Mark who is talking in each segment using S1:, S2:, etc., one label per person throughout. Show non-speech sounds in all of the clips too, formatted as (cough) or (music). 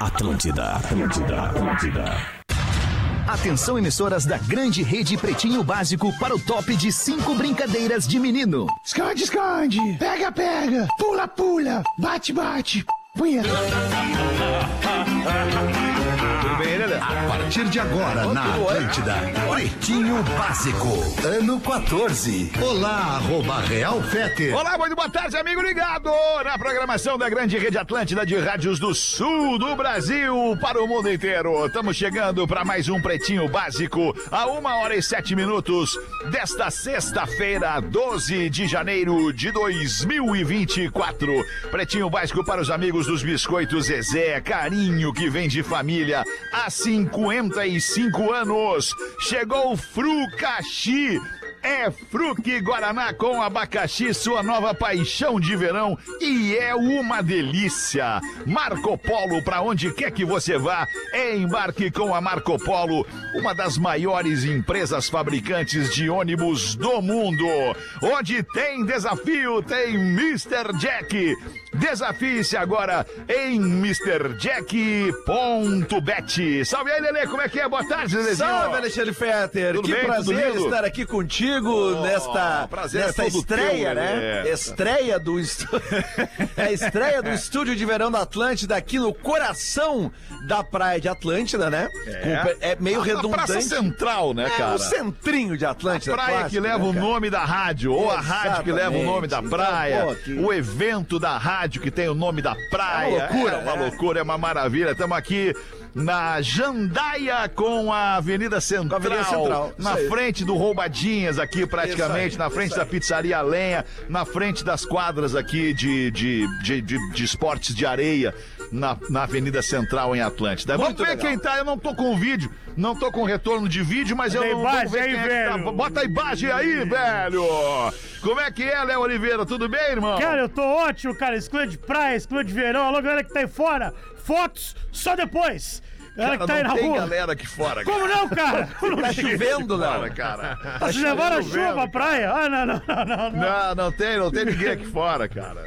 S1: Atlântida, Atlântida, Atlântida. Atenção emissoras da grande rede Pretinho Básico para o top de cinco brincadeiras de menino.
S2: Esconde, esconde. Pega, pega. Pula, pula. Bate, bate. Punha.
S3: A partir de agora, na Atlântida, Pretinho Básico, ano 14. Olá, arroba Real Fete.
S4: Olá, muito boa tarde, amigo ligado na programação da grande rede Atlântida de rádios do sul do Brasil para o mundo inteiro. Estamos chegando para mais um Pretinho Básico a uma hora e sete minutos desta sexta-feira, 12 de janeiro de 2024. Pretinho Básico para os amigos dos biscoitos Zezé, carinho que vem de família há 55 anos. Chegou o Frucaxi. É Fruque Guaraná com abacaxi, sua nova paixão de verão e é uma delícia. Marco Polo, para onde quer que você vá, é embarque com a Marco Polo, uma das maiores empresas fabricantes de ônibus do mundo. Onde tem desafio, tem Mr. Jack. Desafie-se agora em MrJack.bet. Salve aí, Lelê, como é que é? Boa tarde, Lelezinho.
S5: Salve, Alexandre Fetter!
S4: Tudo
S5: que
S4: bem,
S5: prazer
S4: tudo lindo?
S5: estar aqui contigo nesta,
S4: prazer é
S5: nesta
S4: todo
S5: estreia,
S4: teu, é.
S5: né?
S4: Lelê.
S5: Estreia do estúdio. (laughs) é a estreia do estúdio de verão da Atlântida aqui no coração da praia de Atlântida, né? Com- É, meio
S4: Ah, A
S5: redundante.
S4: Praça Central, né,
S5: é
S4: cara?
S5: o centrinho de Atlântida.
S4: praia que
S5: clássico,
S4: leva
S5: né,
S4: o
S5: cara?
S4: nome da rádio, ou a rádio que leva o nome da
S5: Exatamente.
S4: praia,
S5: Então, pô, que-
S4: o evento da rádio que tem o nome da praia.
S5: É uma loucura,
S4: é uma
S5: né?
S4: loucura, é uma maravilha. Estamos aqui na Jandaia com a Avenida Central,
S5: Avenida Central,
S4: na
S5: isso aí.
S4: frente do Roubadinhas aqui praticamente,
S5: Isso aí,
S4: na frente
S5: isso
S4: da
S5: aí.
S4: Pizzaria Lenha, na frente das quadras aqui de, de, de, de- de esportes de areia. Na, na Avenida Central em Atlântida. Vamos
S5: Muito
S4: ver
S5: legal.
S4: quem tá. Eu não tô com vídeo, não tô com retorno de vídeo, mas eu
S6: Tem
S4: não vamos
S6: imagem
S4: ver
S6: aí,
S4: quem é que tá.
S6: velho?
S4: Bota a imagem aí, velho! Como é que é, Léo Oliveira? Tudo bem, irmão?
S6: Cara, eu tô ótimo, cara. Exclã de praia, exclã de verão. Alô, galera que tá aí fora. Fotos só depois. Galera
S4: Cara,
S6: que tá aí
S4: não
S6: na
S4: tem
S6: rua.
S4: galera aqui fora, cara.
S6: Como
S4: (laughs)
S6: não, cara?
S5: Tá chovendo,
S4: Cara,
S5: Léo.
S4: cara.
S6: Vocês levaram a Tá chuva pra praia? Ah, não, não, não, não. não.
S4: Tá Não, não tem, não tem ninguém aqui fora, cara.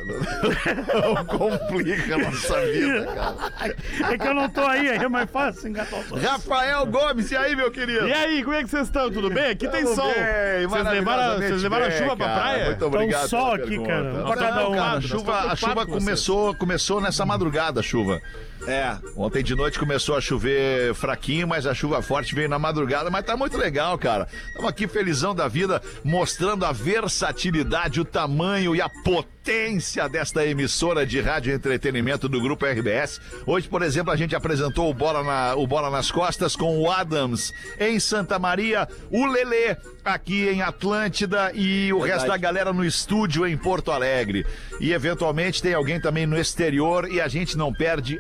S4: Não, não complica a nossa vida, cara.
S6: É que eu não tô aí, aí é mais fácil engatar o som.
S4: Rafael Gomes, e aí, meu querido?
S7: E aí, como é que vocês estão? Tudo bem? Aqui tem
S4: Tudo
S7: sol.
S4: bem,
S7: Vocês levaram,
S4: maravilhosamente
S7: vocês levaram a
S4: bem,
S7: chuva pra
S4: cara.
S7: praia?
S4: Muito obrigado.
S6: Tá um sol
S4: pela
S6: aqui,
S4: pergunta.
S6: cara,
S4: Não,
S6: pra cada um.
S4: cara, a
S7: Nós
S4: chuva,
S7: estamos
S4: a chuva
S7: preocupados com
S4: começou, começou nessa madrugada, a chuva.
S5: É.
S4: Ontem de noite começou a chover fraquinho, mas a chuva forte veio na madrugada, mas tá muito legal, cara. Estamos aqui felizão da vida, mostrando a versatilidade, o tamanho e a potência desta emissora de rádio e entretenimento do grupo RBS. Hoje, por exemplo, a gente apresentou o Bola, na- o Bola nas Costas com o Adams em Santa Maria, o Lelê aqui em Atlântida e o resto da galera no estúdio em Porto Alegre. E eventualmente tem alguém também no exterior e a gente não perde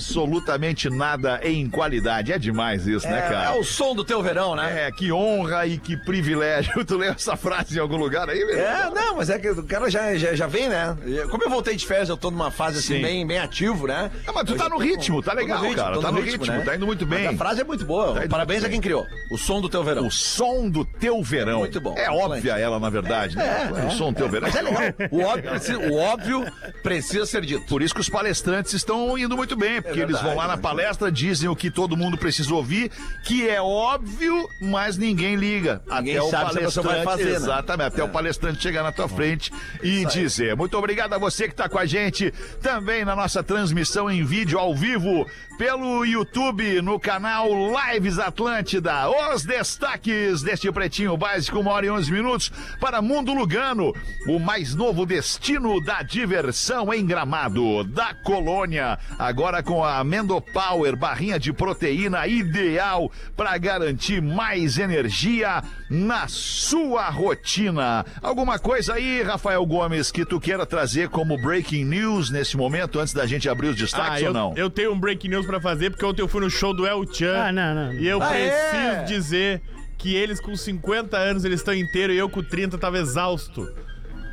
S4: absolutamente nada em qualidade. É demais isso, né,
S5: É, é
S4: cara?
S5: o som do teu verão, né?
S4: É, que honra e que privilégio. (laughs) Tu leu essa frase em algum lugar aí, velho?
S5: É, não, mas é que o cara já, já, já vem, né? Como eu voltei de férias, eu tô numa fase assim,
S4: Sim.
S5: bem, bem ativo, né?
S4: Ah, mas tu tá
S5: Hoje eu
S4: no
S5: tô
S4: ritmo, tá
S5: tô no
S4: legal, cara,
S5: tô
S4: tá no ritmo, tá indo muito bem. Tá
S5: Mas a frase é muito boa.
S4: indo
S5: Parabéns
S4: muito
S5: a
S4: bem.
S5: quem criou. O som do teu verão.
S4: O som do teu verão.
S5: Muito bom.
S4: É óbvia ela, na verdade, né? o som do teu verão.
S5: Mas é legal. O óbvio, precisa- o óbvio precisa ser dito.
S4: Por isso que os palestrantes estão indo muito bem, porque eles
S5: verdade,
S4: vão lá na
S5: né?
S4: palestra, dizem o que todo mundo precisa ouvir, que é óbvio, mas ninguém liga.
S5: Ninguém
S4: até o
S5: sabe se a pessoa
S4: palestrante,
S5: vai fazer, né? Uhum.
S4: exatamente, até o palestrante chegar na tua frente e dizer. Muito obrigado a você que está com a gente também na nossa transmissão em vídeo ao vivo pelo YouTube no canal Lives Atlântida. Os destaques deste pretinho básico, uma hora e onze minutos para Mundo Lugano, o mais novo destino da diversão em Gramado, da Colônia. Agora com a Amendo Power, barrinha de proteína ideal para garantir mais energia na sua rotina. Alguma coisa aí, Rafael Gomes, que tu queira trazer como breaking news nesse momento, antes da gente abrir os destaques ou
S7: Ah, eu,
S4: não?
S7: eu tenho um break news pra fazer, porque ontem eu fui no show do El Chan.
S6: Ah, não, não.
S7: E eu
S5: Ah,
S7: preciso
S5: é?
S7: dizer que eles com 50 anos, eles estão inteiros e eu com 30 tava exausto.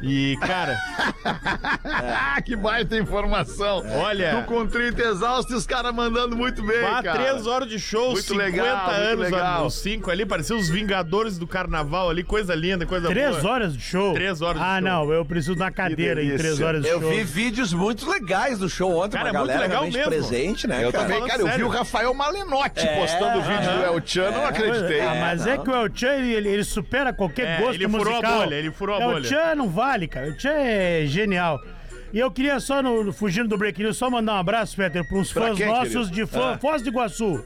S7: E, cara,
S4: Ah, que baita informação.
S7: Olha.
S4: Do contrito exausto e os caras mandando muito bem,
S7: pá,
S4: cara.
S7: três horas de show,
S4: Muito
S7: 50
S4: legal, muito
S7: anos,
S4: legal.
S7: ó, os cinco ali, pareciam os Vingadores do Carnaval ali, coisa linda, coisa boa.
S6: Três horas de show?
S7: Três horas de
S6: Ah,
S7: show.
S6: não, eu preciso de uma cadeira em
S4: delícia.
S6: três horas de
S5: Eu
S6: show.
S5: vi vídeos muito legais do show ontem,
S7: Cara,
S5: uma
S7: é muito
S5: galera
S7: legal
S5: realmente
S7: mesmo.
S5: presente, né?
S4: Eu
S5: cara?
S4: também,
S7: Falando
S4: cara, eu vi
S7: sério. É,
S4: o Rafael Malenotti
S5: É,
S4: postando o vídeo
S7: aham.
S4: do El Chan, não acreditei.
S6: Ah, mas é
S5: não.
S6: que o El Chan, ele, ele- ele supera qualquer
S7: É,
S6: gosto
S7: ele furou
S6: musical. É,
S7: a bolha, ele furou a
S6: O
S7: bolha.
S6: Chan não vale, cara. O Chan é genial. E eu queria só, no, no- fugindo do Break News, só mandar um abraço, Peter, para uns
S4: Pra
S6: fãs
S4: quem, Ah.
S6: nossos de fã, Foz do Iguaçu.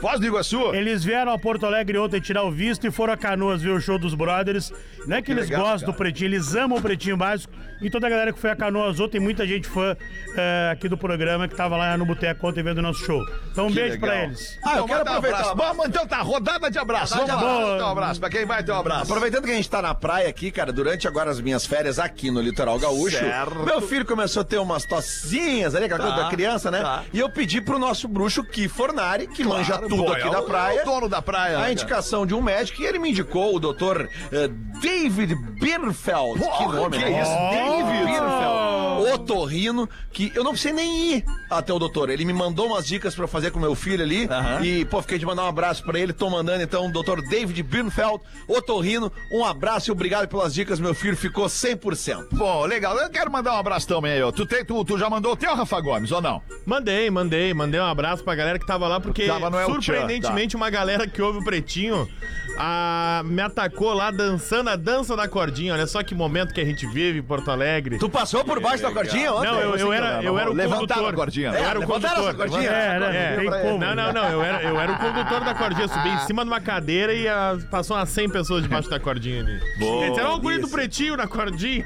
S4: Foz do Iguaçu?
S6: Eles vieram a Porto Alegre ontem tirar o visto e foram a Canoas ver o show dos Brothers. Não é que, eles
S4: legal,
S6: gostam do
S4: cara.
S6: Pretinho, eles amam o Pretinho Básico. E toda a galera que foi a Canoas ontem, muita gente fã eh, aqui do programa que tava lá no Boteco ontem vendo o nosso show. Então um
S4: Que
S6: beijo
S4: legal.
S6: pra eles.
S5: Ah, eu
S4: Então,
S5: quero
S4: manda um
S5: aproveitar.
S4: abraço. Vamos, então tá, rodada de abraço.
S5: Rodada
S4: Vamos
S5: de
S4: lá,
S6: abraço.
S4: então, um abraço. Pra quem vai, tem um abraço.
S5: Aproveitando que a gente tá na praia aqui, cara, durante agora as minhas férias aqui no litoral gaúcho,
S4: Certo.
S5: meu filho começou a ter umas tossinhas ali, aquela coisa da criança, né?
S4: tá.
S5: E eu pedi pro nosso bruxo que Fornari, que manja
S4: Claro,
S5: tudo
S4: pô,
S5: aqui
S4: é
S5: da
S4: o-
S5: praia.
S4: é o dono da praia,
S5: A
S4: né,
S5: indicação de um médico e ele me indicou o doutor eh, David Birfeld.
S4: Porra, que
S5: né?
S4: isso, David?
S5: Birfeld. Otorrino, que eu não precisei nem ir até o doutor. Ele me mandou umas dicas pra eu fazer com meu filho ali. E, pô, fiquei de mandar um abraço pra ele. Tô mandando, então, o doutor David Birfeld, Otorrino. Um abraço e obrigado pelas dicas. Meu filho ficou 100%.
S4: Bom, legal. Eu quero mandar um abraço também aí, ó. Tu, tem, tu, tu já mandou o teu, Rafa Gomes, ou não?
S7: Mandei, mandei, mandei um abraço pra galera que tava lá, porque
S4: Tava no El Chan,
S7: surpreendentemente uma galera que ouve o Pretinho ah, me atacou lá dançando a dança da cordinha. Olha só que momento que a gente vive em Porto Alegre.
S5: Tu passou por baixo da cordinha ontem?
S7: Não, eu, eu era, eu era o
S4: Levantaram
S7: condutor.
S4: a cordinha. né?
S7: Eu era o
S5: levantaram essa
S7: condutor.
S5: cordinha?
S6: É, né?
S7: É,
S6: Tem como.
S7: não, não, não, eu era, eu era o condutor da cordinha, subi em cima de uma cadeira e ah, passou umas 100 pessoas debaixo da cordinha ali. Boa, Esse era o guri do pretinho na cordinha.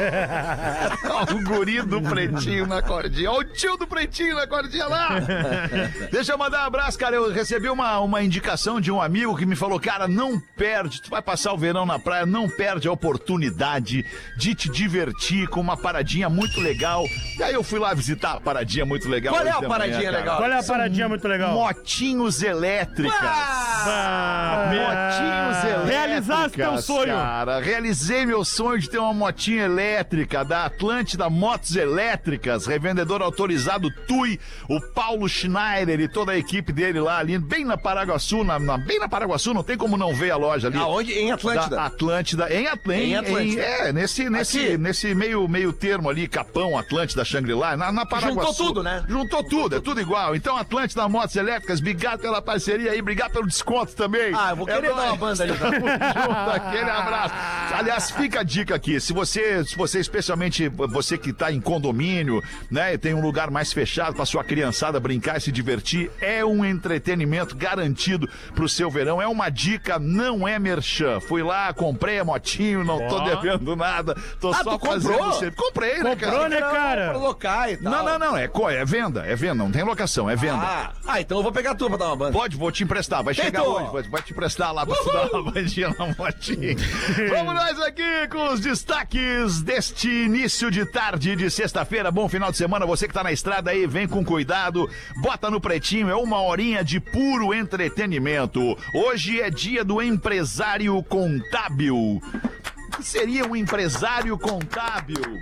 S4: Tá o guri
S5: (laughs)
S4: do pretinho na cordinha. Olha o tio do pretinho na cordinha lá.
S5: (laughs)
S4: Deixa eu mandar um abraço, cara. Eu recebi uma, uma indicação de um amigo que me falou: cara, não perde. Tu vai passar o verão na praia, não perde a oportunidade de te divertir com uma paradinha muito legal. E aí eu fui lá visitar a paradinha muito legal.
S5: Qual
S4: hoje
S5: é a
S4: de manhã,
S5: paradinha
S4: cara.
S5: legal?
S6: Olha a paradinha muito legal.
S4: Motinhos elétricas.
S7: Ah,
S4: Motinhos elétricas.
S7: Realizaste teu sonho.
S4: É. Cara, realizei meu sonho de ter uma motinha elétrica da Atlântida Motos Elétricas, revendedor autorizado Tui, o Paulo Schneider e toda a equipe dele lá ali, bem na Paraguaçu, na, na- bem na Paraguaçu, não tem como não ver a loja ali.
S5: Aonde? Em Atlântida.
S4: Da Atlântida, em Atlântida.
S5: Em Atlântida.
S4: é, nesse, nesse,
S5: Aqui.
S4: nesse meio, meio termo ali, Capão, Atlântida, Shangri-La, na, na Paraguaçu.
S5: Juntou tudo, né?
S4: Juntou tudo, é tudo igual. Então, Atlântida Motos Elétricas, obrigado pela parceria aí, obrigado pelo desconto também.
S5: Ah, eu vou
S4: É
S5: querer dar
S4: nóis.
S5: uma banda ali.
S4: (laughs)
S5: tá?
S4: Tamo junto, aquele abraço. Aliás, fica a dica aqui. Se você, se você especialmente você que tá em condomínio, né, e tem um lugar mais fechado pra sua criançada brincar e se divertir, é um entretenimento garantido pro seu verão. É uma dica, não é merchan. Fui lá, comprei a motinho, não tô
S7: Ó.
S4: devendo nada, tô
S5: Ah,
S4: só
S5: tu comprou?
S4: fazendo sempre. Comprei, né,
S6: Comprou,
S4: cara?
S6: né,
S5: Pra
S6: cara?
S5: locar e tal.
S4: Não, não, não, é, co- é venda, é venda, não tem locação, é venda.
S5: Ah, ah, então eu vou pegar a tua pra dar uma banda.
S4: Pode, vou te emprestar. Vai
S5: Feito!
S4: chegar hoje, vai, vai te emprestar lá pra te dar uma bandinha na motinha. Vamos nós aqui com os destaques deste início de tarde de sexta-feira. Bom final de semana. Você que tá na estrada aí, vem com cuidado. Bota no pretinho, é uma horinha de puro entretenimento. Hoje é dia do empresário contábil. O que seria um empresário contábil?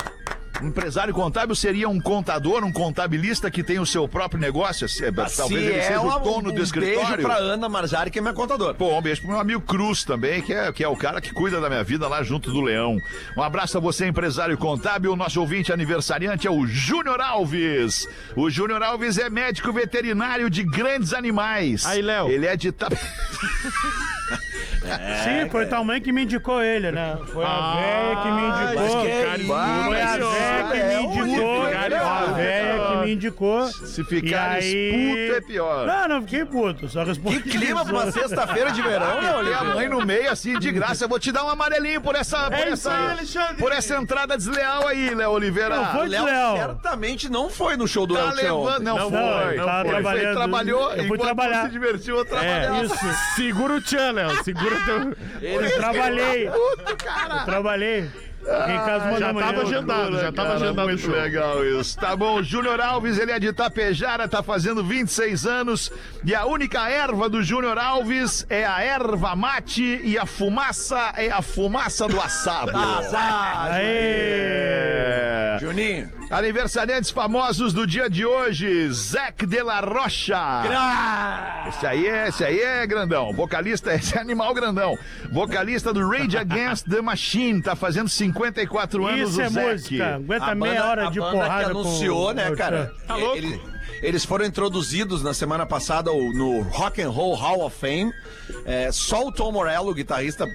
S4: Um empresário contábil seria um contador, um contabilista que tem o seu próprio negócio. Se-
S5: Ah,
S4: Talvez ele seja
S5: é uma-
S4: o dono do
S5: um beijo
S4: escritório.
S5: pra Ana Marjari, que é minha contadora.
S4: Pô, um beijo pro meu amigo Cruz também, que é, que é o cara que cuida da minha vida lá junto do Leão. Um abraço a você, empresário contábil. O nosso ouvinte aniversariante é o Júnior Alves. O Júnior Alves é médico veterinário de grandes animais.
S7: Aí, Léo.
S4: Ele é de... Ta-
S6: Sim, foi tua mãe que me indicou ele, né? Foi a
S7: Ah,
S6: véia que me
S7: mas
S6: indicou.
S7: que é isso,
S6: Foi a
S7: senhor.
S6: véia que
S5: É,
S6: me indicou.
S5: olha,
S6: A
S5: cara.
S6: véia que me indicou.
S4: Se ficar puto, é pior.
S6: Não, não fiquei puto, só respondi.
S5: Que clima pra uma
S6: isso.
S5: sexta-feira de verão, né,
S4: E é a
S5: Olívio?
S4: mãe no meio, assim, de graça. Eu vou te dar um amarelinho por essa, por
S7: É isso
S4: essa,
S7: aí, Alexandre.
S4: por essa entrada desleal aí, Léo Oliveira.
S6: Não, foi
S5: O Léo
S6: Léo.
S5: certamente não foi no show do
S4: Tá
S5: El Chan
S4: levando,
S5: ontem.
S4: não,
S7: Não
S4: foi.
S7: foi,
S4: não foi.
S6: tava tá trabalhando.
S4: Foi, trabalhou,
S6: Eu fui
S4: enquanto
S6: trabalhar.
S4: se divertiu, eu trabalhava.
S6: É, isso.
S7: Segura o tchan, Léo, segura o teu...
S6: Eu trabalhei,
S4: Puto, cara.
S6: trabalhei. Em caso, manda
S7: já
S6: amanhã
S7: tava
S6: outro.
S7: agendado, já tava
S4: Cara,
S7: agendado o
S4: Muito
S7: show.
S4: legal isso. Tá bom, Júnior Alves, ele é de Itapejara, tá fazendo 26 anos. E a única erva do Júnior Alves é a erva mate e a fumaça é a fumaça do
S6: (laughs)
S4: assado. É.
S5: Juninho.
S4: Aniversariantes famosos do dia de hoje, Zac de la Rocha. Ah. Esse aí é, esse aí é grandão. Vocalista, (laughs) esse é animal grandão. Vocalista do Rage Against the Machine, tá fazendo 54 anos
S6: Isso
S4: o
S6: é
S4: Zac.
S6: música. Aguenta
S5: A
S6: meia
S5: banda-
S6: hora de
S5: a banda
S6: porrada
S5: que anunciou,
S6: com-
S5: né,
S6: com-
S5: cara?
S7: Tá louco?
S5: Ele- eles foram introduzidos na semana passada ao- no Rock and Roll Hall of Fame. É, só o Tom Morello, o guitarrista, ah,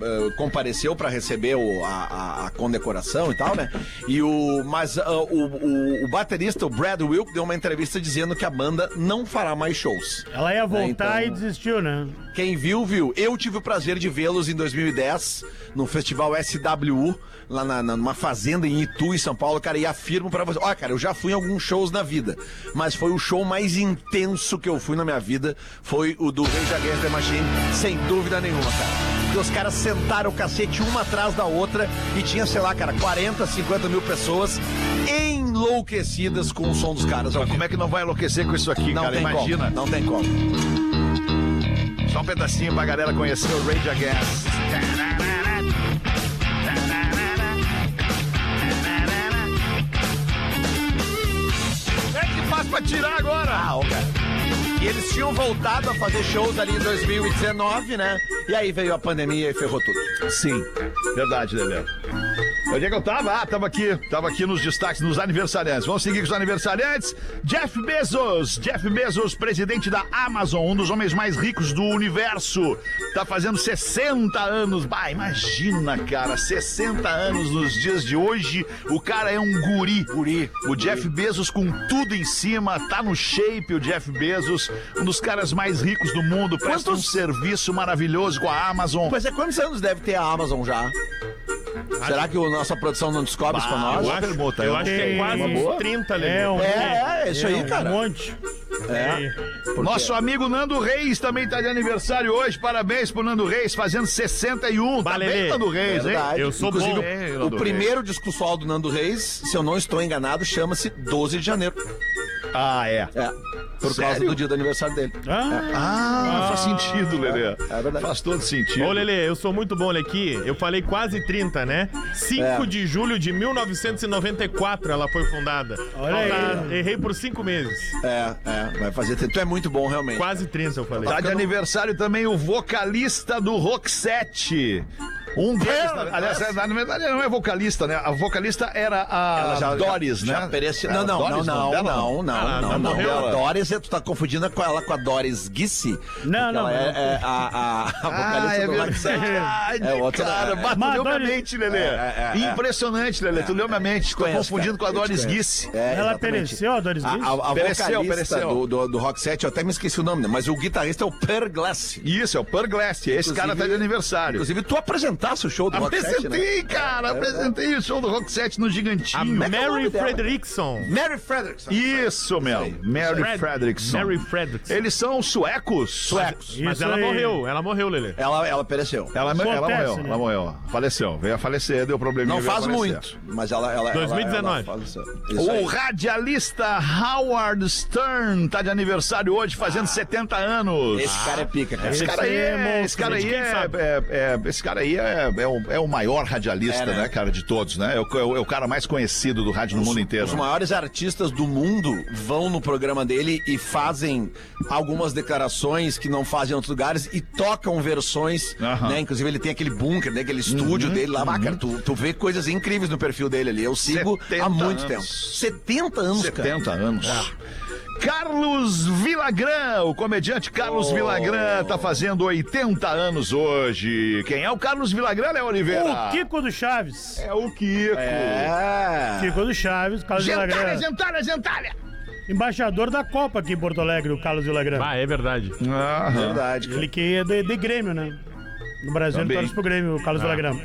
S5: ah, compareceu para receber o- a, a- a condecoração e tal, né? E o, mas ah, o, o- o baterista, o Brad Wilk, deu uma entrevista dizendo que a banda não fará mais shows.
S6: Ela ia voltar
S5: É,
S6: e
S5: então-
S6: desistiu, né?
S5: Quem viu, viu. Eu tive o prazer de vê-los em 2010 no festival SWU, lá na, na- numa fazenda em Itu, em São Paulo, cara, e afirmo pra você. Ó, cara, eu já fui em alguns shows na vida, mas foi o show mais intenso que eu fui na minha vida. Foi o do Rage Against the Machine, sem dúvida nenhuma, cara. Porque os caras sentaram o cacete uma atrás da outra e tinha, sei lá, cara, 40, 50 mil pessoas enlouquecidas com o som dos caras.
S4: Mas Como é que não vai enlouquecer com isso aqui,
S5: Não
S4: cara?
S5: tem
S4: Imagina.
S5: como, não tem como.
S4: Só um pedacinho pra galera conhecer o Rage Against. É que faz pra tirar agora.
S5: Ah, ô, cara. E eles tinham voltado a fazer shows ali em 2019, né? E aí veio a pandemia e ferrou tudo.
S4: Sim. Verdade, Dedé. Onde é que eu tava? Ah, tava aqui. Tava aqui nos destaques, nos aniversariantes. Vamos seguir com os aniversariantes. Jeff Bezos. Jeff Bezos, presidente da Amazon, um dos homens mais ricos do universo. Tá fazendo 60 anos. Bah, imagina, cara. 60 anos nos dias de hoje. O cara é um guri. Guri. O Jeff Bezos com tudo em cima. Tá no shape o Jeff Bezos. Um dos caras mais ricos do mundo. Presta um
S5: Quantos-
S4: serviço maravilhoso com a Amazon.
S5: Mas é quantos anos deve ter a Amazon já? Será que a nossa produção não descobre isso pra
S4: Ah,
S5: nós?
S4: boa pergunta.
S7: Eu acho que é
S6: Tem
S7: quase
S6: uma
S7: uns
S6: boa?
S7: 30,
S6: É,
S7: Lelê.
S6: um,
S5: É, é, isso aí,
S6: um
S5: cara.
S6: monte.
S5: É.
S4: Nosso amigo Nando Reis também tá de aniversário hoje. Parabéns pro Nando Reis, fazendo 61. Tá
S7: Valeu.
S4: bem, Nando Reis, hein?
S5: Verdade.
S7: Eu sou
S5: Inclusive,
S7: bom.
S5: o-
S4: É,
S5: O
S4: Nando
S5: primeiro disco sol do Nando Reis, se eu não estou enganado, chama-se 12 de janeiro.
S4: Ah, é.
S5: É. Por causa
S4: Sério?
S5: do dia do aniversário dele.
S6: Ah,
S4: Ah, faz sentido, Lelê. Tá
S5: É verdade.
S4: Faz todo sentido.
S7: Ô, Lelê, eu sou muito bom, olha aqui. Eu falei quase 30, né? 5
S5: É.
S7: de julho de 1994 ela foi fundada.
S6: Olha aí.
S7: Falta- Errei por 5 meses.
S5: É, é. Vai fazer. tempo. Tu é muito bom, realmente.
S7: Quase 30, eu falei.
S4: Tá de aniversário também o vocalista do Roxette. Um deles, na- aliás, é- na verdade não é vocalista, né? A vocalista era a
S5: Ela já-
S4: Doris,
S5: já
S4: né?
S5: perece-
S4: Era
S5: Não, não,
S4: Doris,
S5: não, não,
S4: dela?
S5: não, não,
S7: Ah,
S5: não,
S7: não
S5: não, não.
S7: morreu ela.
S5: A Doris, é- tu tá confundindo com ela com a Doris Guisse? porque
S6: não,
S5: Ela é,
S6: não.
S5: é a, a, a
S4: Ah,
S5: vocalista
S4: é
S5: do Black Sabbath.
S4: verdade,
S5: É outra-
S4: cara.
S5: é.
S4: Bateu
S6: Mas a
S4: minha
S6: Doris-
S4: mente, Lelê.
S5: É, é, é.
S4: Impressionante, Lelê. tu leu minha mente. Estou
S5: Conheço,
S4: confundindo
S5: cara,
S4: com a
S5: eu te
S4: Doris
S5: conheço.
S4: Guisse.
S5: É,
S6: ela
S5: exatamente.
S6: pereceu, a Doris
S5: A, a,
S6: Guinness?
S5: a
S4: Pereceu,
S5: vocalista
S4: pereceu.
S5: Do, do, do Rock 7, eu até me esqueci o nome, né? mas o guitarrista é o Per Glass.
S4: Isso, é o Purglast. Esse
S5: Inclusive-
S4: cara tá de aniversário.
S5: Inclusive, tu apresentasse o show do Rock 7, né?
S4: Apresentei, cara. Apresentei o show do Rock 7 no
S7: A
S4: Gigantinho.
S7: Mary
S5: é nome dela?
S7: Fredrickson.
S5: Mary Fredericks.
S4: Isso, meu. Mary
S7: Fred-
S4: Fredrickson.
S7: Mary Fredrickson.
S4: Eles são suecos?
S5: Suecos.
S7: Mas
S6: Isso
S7: ela
S6: aí.
S7: morreu, ela morreu, Lelê.
S5: Ela, ela pereceu.
S4: Ela, ela
S6: Acontece,
S4: morreu,
S6: né?
S4: ela morreu. Faleceu. Veio a falecer, deu probleminha.
S5: Não
S4: veio a
S5: faz
S4: falecer.
S5: muito, mas ela... ela- ela-
S7: 2019.
S5: ela faz isso. Isso
S4: O
S5: aí.
S4: radialista Howard Stern tá de aniversário hoje, fazendo 70 anos.
S5: Esse cara é pica, cara.
S4: Esse cara aí
S6: é
S4: é,
S6: monstro,
S4: esse cara aí
S7: gente,
S4: é,
S7: quem sabe?
S4: é- é- esse cara aí é, é o, é o maior radialista,
S5: É, né?
S4: né, cara, de todos, né? É o, é o- é o cara mais conhecido do rádio no mundo inteiro.
S5: Os maiores artistas do mundo vão no programa dele e fazem algumas declarações que não fazem em outros lugares e tocam versões,
S4: Aham.
S5: né? Inclusive ele tem aquele bunker, né? Aquele estúdio dele lá. Ah, cara, tu, tu vê coisas incríveis no perfil dele ali. Eu sigo
S4: 70
S5: há muito tempo.
S4: anos.
S5: 70 anos, cara.
S4: 70 anos. É. Carlos Vilagran, o comediante Carlos Vilagran tá fazendo 80 anos hoje. Quem é o Carlos Vilagran, né, Oliveira?
S5: Ah.
S6: O Kiko do Chaves.
S4: É o Kiko.
S5: É.
S6: Kiko do Chaves, Carlos
S4: Gentalha,
S6: Villagrana.
S4: gentalha, gentalha!
S6: Embaixador da Copa aqui em Porto Alegre, o Carlos Villagrana.
S7: Ah, é verdade.
S4: Aham.
S5: Verdade, cara.
S6: Ele que é de, de Grêmio, né? No Brasil
S4: Também.
S7: Ah.
S6: ele torce pro Grêmio, o Carlos Villagrana.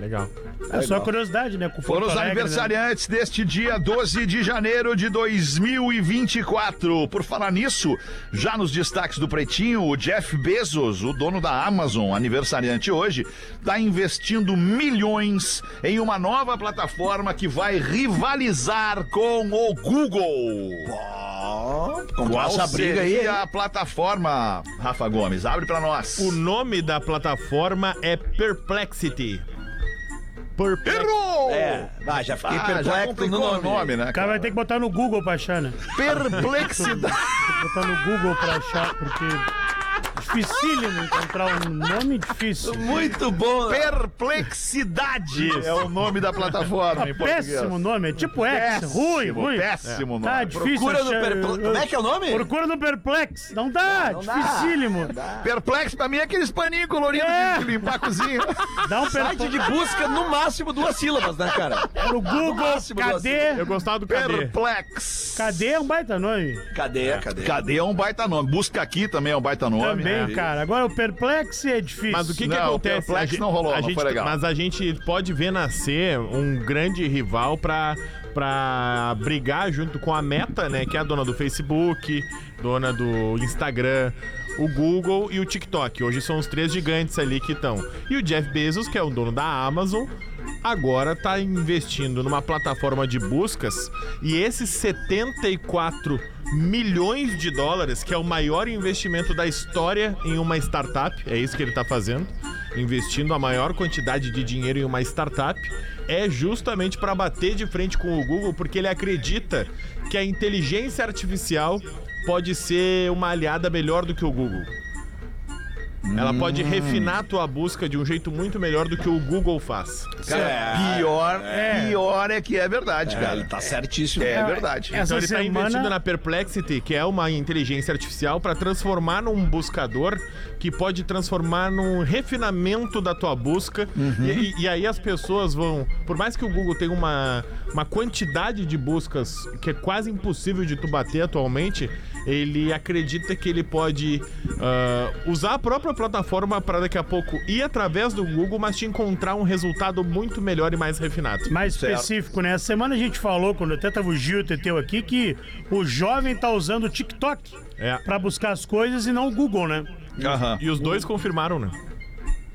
S7: Legal.
S6: É só curiosidade, né? Com o
S4: Foram
S6: Porto
S4: os
S6: Alegre, né?
S4: aniversariantes deste dia 12 de janeiro de 2024. Por falar nisso, já nos destaques do Pretinho, o Jeff Bezos, o dono da Amazon, aniversariante hoje, está investindo milhões em uma nova plataforma que vai rivalizar com o Google. Qual
S5: essa briga aí,
S4: seria a plataforma, Rafa Gomes? Abre para nós.
S7: O nome da plataforma é Perplexity. Perplexity.
S4: Errou!
S5: É, ah, já fiquei
S4: Ah, já
S5: perplexo no
S4: complicou
S5: nome.
S4: o nome, né?
S6: O cara vai ter que botar no Google pra achar, né?
S4: Perplexidade.
S6: Botar no Google pra achar, porque. Dificílimo encontrar um nome difícil.
S5: Muito bom, né?
S4: Perplexidade é o nome da plataforma em português.
S6: Péssimo nome, é tipo X, ruim, ruim.
S4: péssimo nome.
S6: Tá difícil
S5: Cura no
S6: achar-
S5: perplexo. Como é que é o nome?
S6: Procura no Perplex. Não dá, dificílimo. Dá,
S4: Perplexo pra mim é aqueles paninhos coloridos
S6: É.
S4: de limpar a cozinha.
S6: um
S5: Site de
S6: Perplex.
S5: busca, no máximo duas sílabas, né, cara?
S6: No Google,
S5: máximo
S6: (laughs) cadê?
S7: Eu gostava do Cadê.
S4: Perplex.
S6: Cadê é um baita nome.
S5: Cadê? Cadê?
S4: Cadê é um baita nome. Busca aqui também é um baita nome.
S6: Também,
S4: né?
S6: cara. Agora o Perplex é difícil.
S7: Mas o que, que
S4: Não,
S7: acontece?
S4: Perplex
S7: A gente-
S4: não rolou,
S7: a
S4: não
S7: gente-
S4: foi legal.
S7: Mas a gente pode ver nascer um grande rival pra, pra brigar junto com a Meta, né? Que é a dona do Facebook, dona do Instagram, o Google e o TikTok. Hoje são os três gigantes ali que estão. E o Jeff Bezos, que é o dono da Amazon, agora tá investindo numa plataforma de buscas e esses 74 milhões de dólares, que é o maior investimento da história em uma startup, é isso que ele tá fazendo, investindo a maior quantidade de dinheiro em uma startup, é justamente para bater de frente com o Google, porque ele acredita que a inteligência artificial pode ser uma aliada melhor do que o Google. Ela pode refinar a tua busca de um jeito muito melhor do que o Google faz.
S6: É.
S5: Cara,
S4: Pior, pior é que é verdade,
S5: é, ele
S4: cara.
S5: tá certíssimo.
S4: É verdade.
S6: Essa
S7: Então ele está
S6: semana...
S7: investindo na Perplexity, que é uma inteligência artificial, para transformar num buscador que pode transformar num refinamento da tua busca. E, e aí as pessoas vão. Por mais que o Google tenha uma, uma quantidade de buscas que é quase impossível de tu bater atualmente, ele acredita que ele pode ah, usar a própria plataforma para daqui a pouco ir através do Google, mas te encontrar um resultado muito melhor e mais refinado.
S6: mais específico, né? Essa semana a gente falou, quando até tava o Gil o Teteu aqui, que o jovem tá usando o TikTok
S7: É.
S6: pra buscar as coisas e não o Google, né?
S4: Aham.
S7: E os dois confirmaram, né?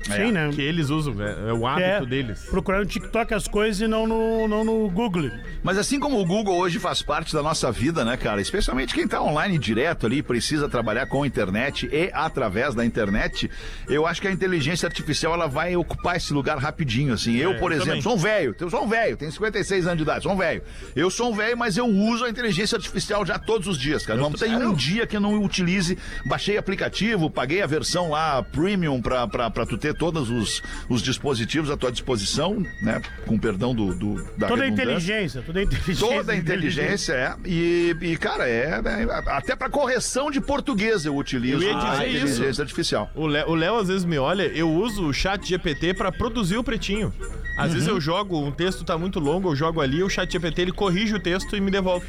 S6: Sim, né?
S7: que eles usam, é, é o
S6: Que
S7: hábito deles.
S6: procurar no TikTok as coisas e não no, não no Google.
S4: Mas assim como o Google hoje faz parte da nossa vida, né, cara? Especialmente quem tá online direto ali, precisa trabalhar com a internet e através da internet, eu acho que a inteligência artificial ela vai ocupar esse lugar rapidinho, assim.
S6: É,
S4: eu, por
S7: eu
S4: exemplo,
S7: também.
S4: sou um velho, eu sou um velho, tenho 56 anos de idade, sou um velho. Eu sou um velho, mas eu uso a inteligência artificial já todos os dias, cara. Não tem
S6: é,
S4: um dia que eu não utilize, baixei aplicativo, paguei a versão lá premium pra, pra, pra tu ter todos os, os dispositivos à tua disposição, né? Com perdão do, do da
S6: Toda a
S4: redundância.
S6: inteligência, toda a inteligência.
S4: Toda a inteligência, é. E, e, cara, é. né, Até pra correção de português eu utilizo
S7: Eu ia
S4: a
S7: dizer isso.
S4: inteligência artificial.
S7: O Léo, o Léo às vezes me olha, eu uso o chat GPT pra produzir o pretinho. Às vezes eu jogo, um texto tá muito longo, eu jogo ali, o chat GPT ele corrige o texto e me devolve.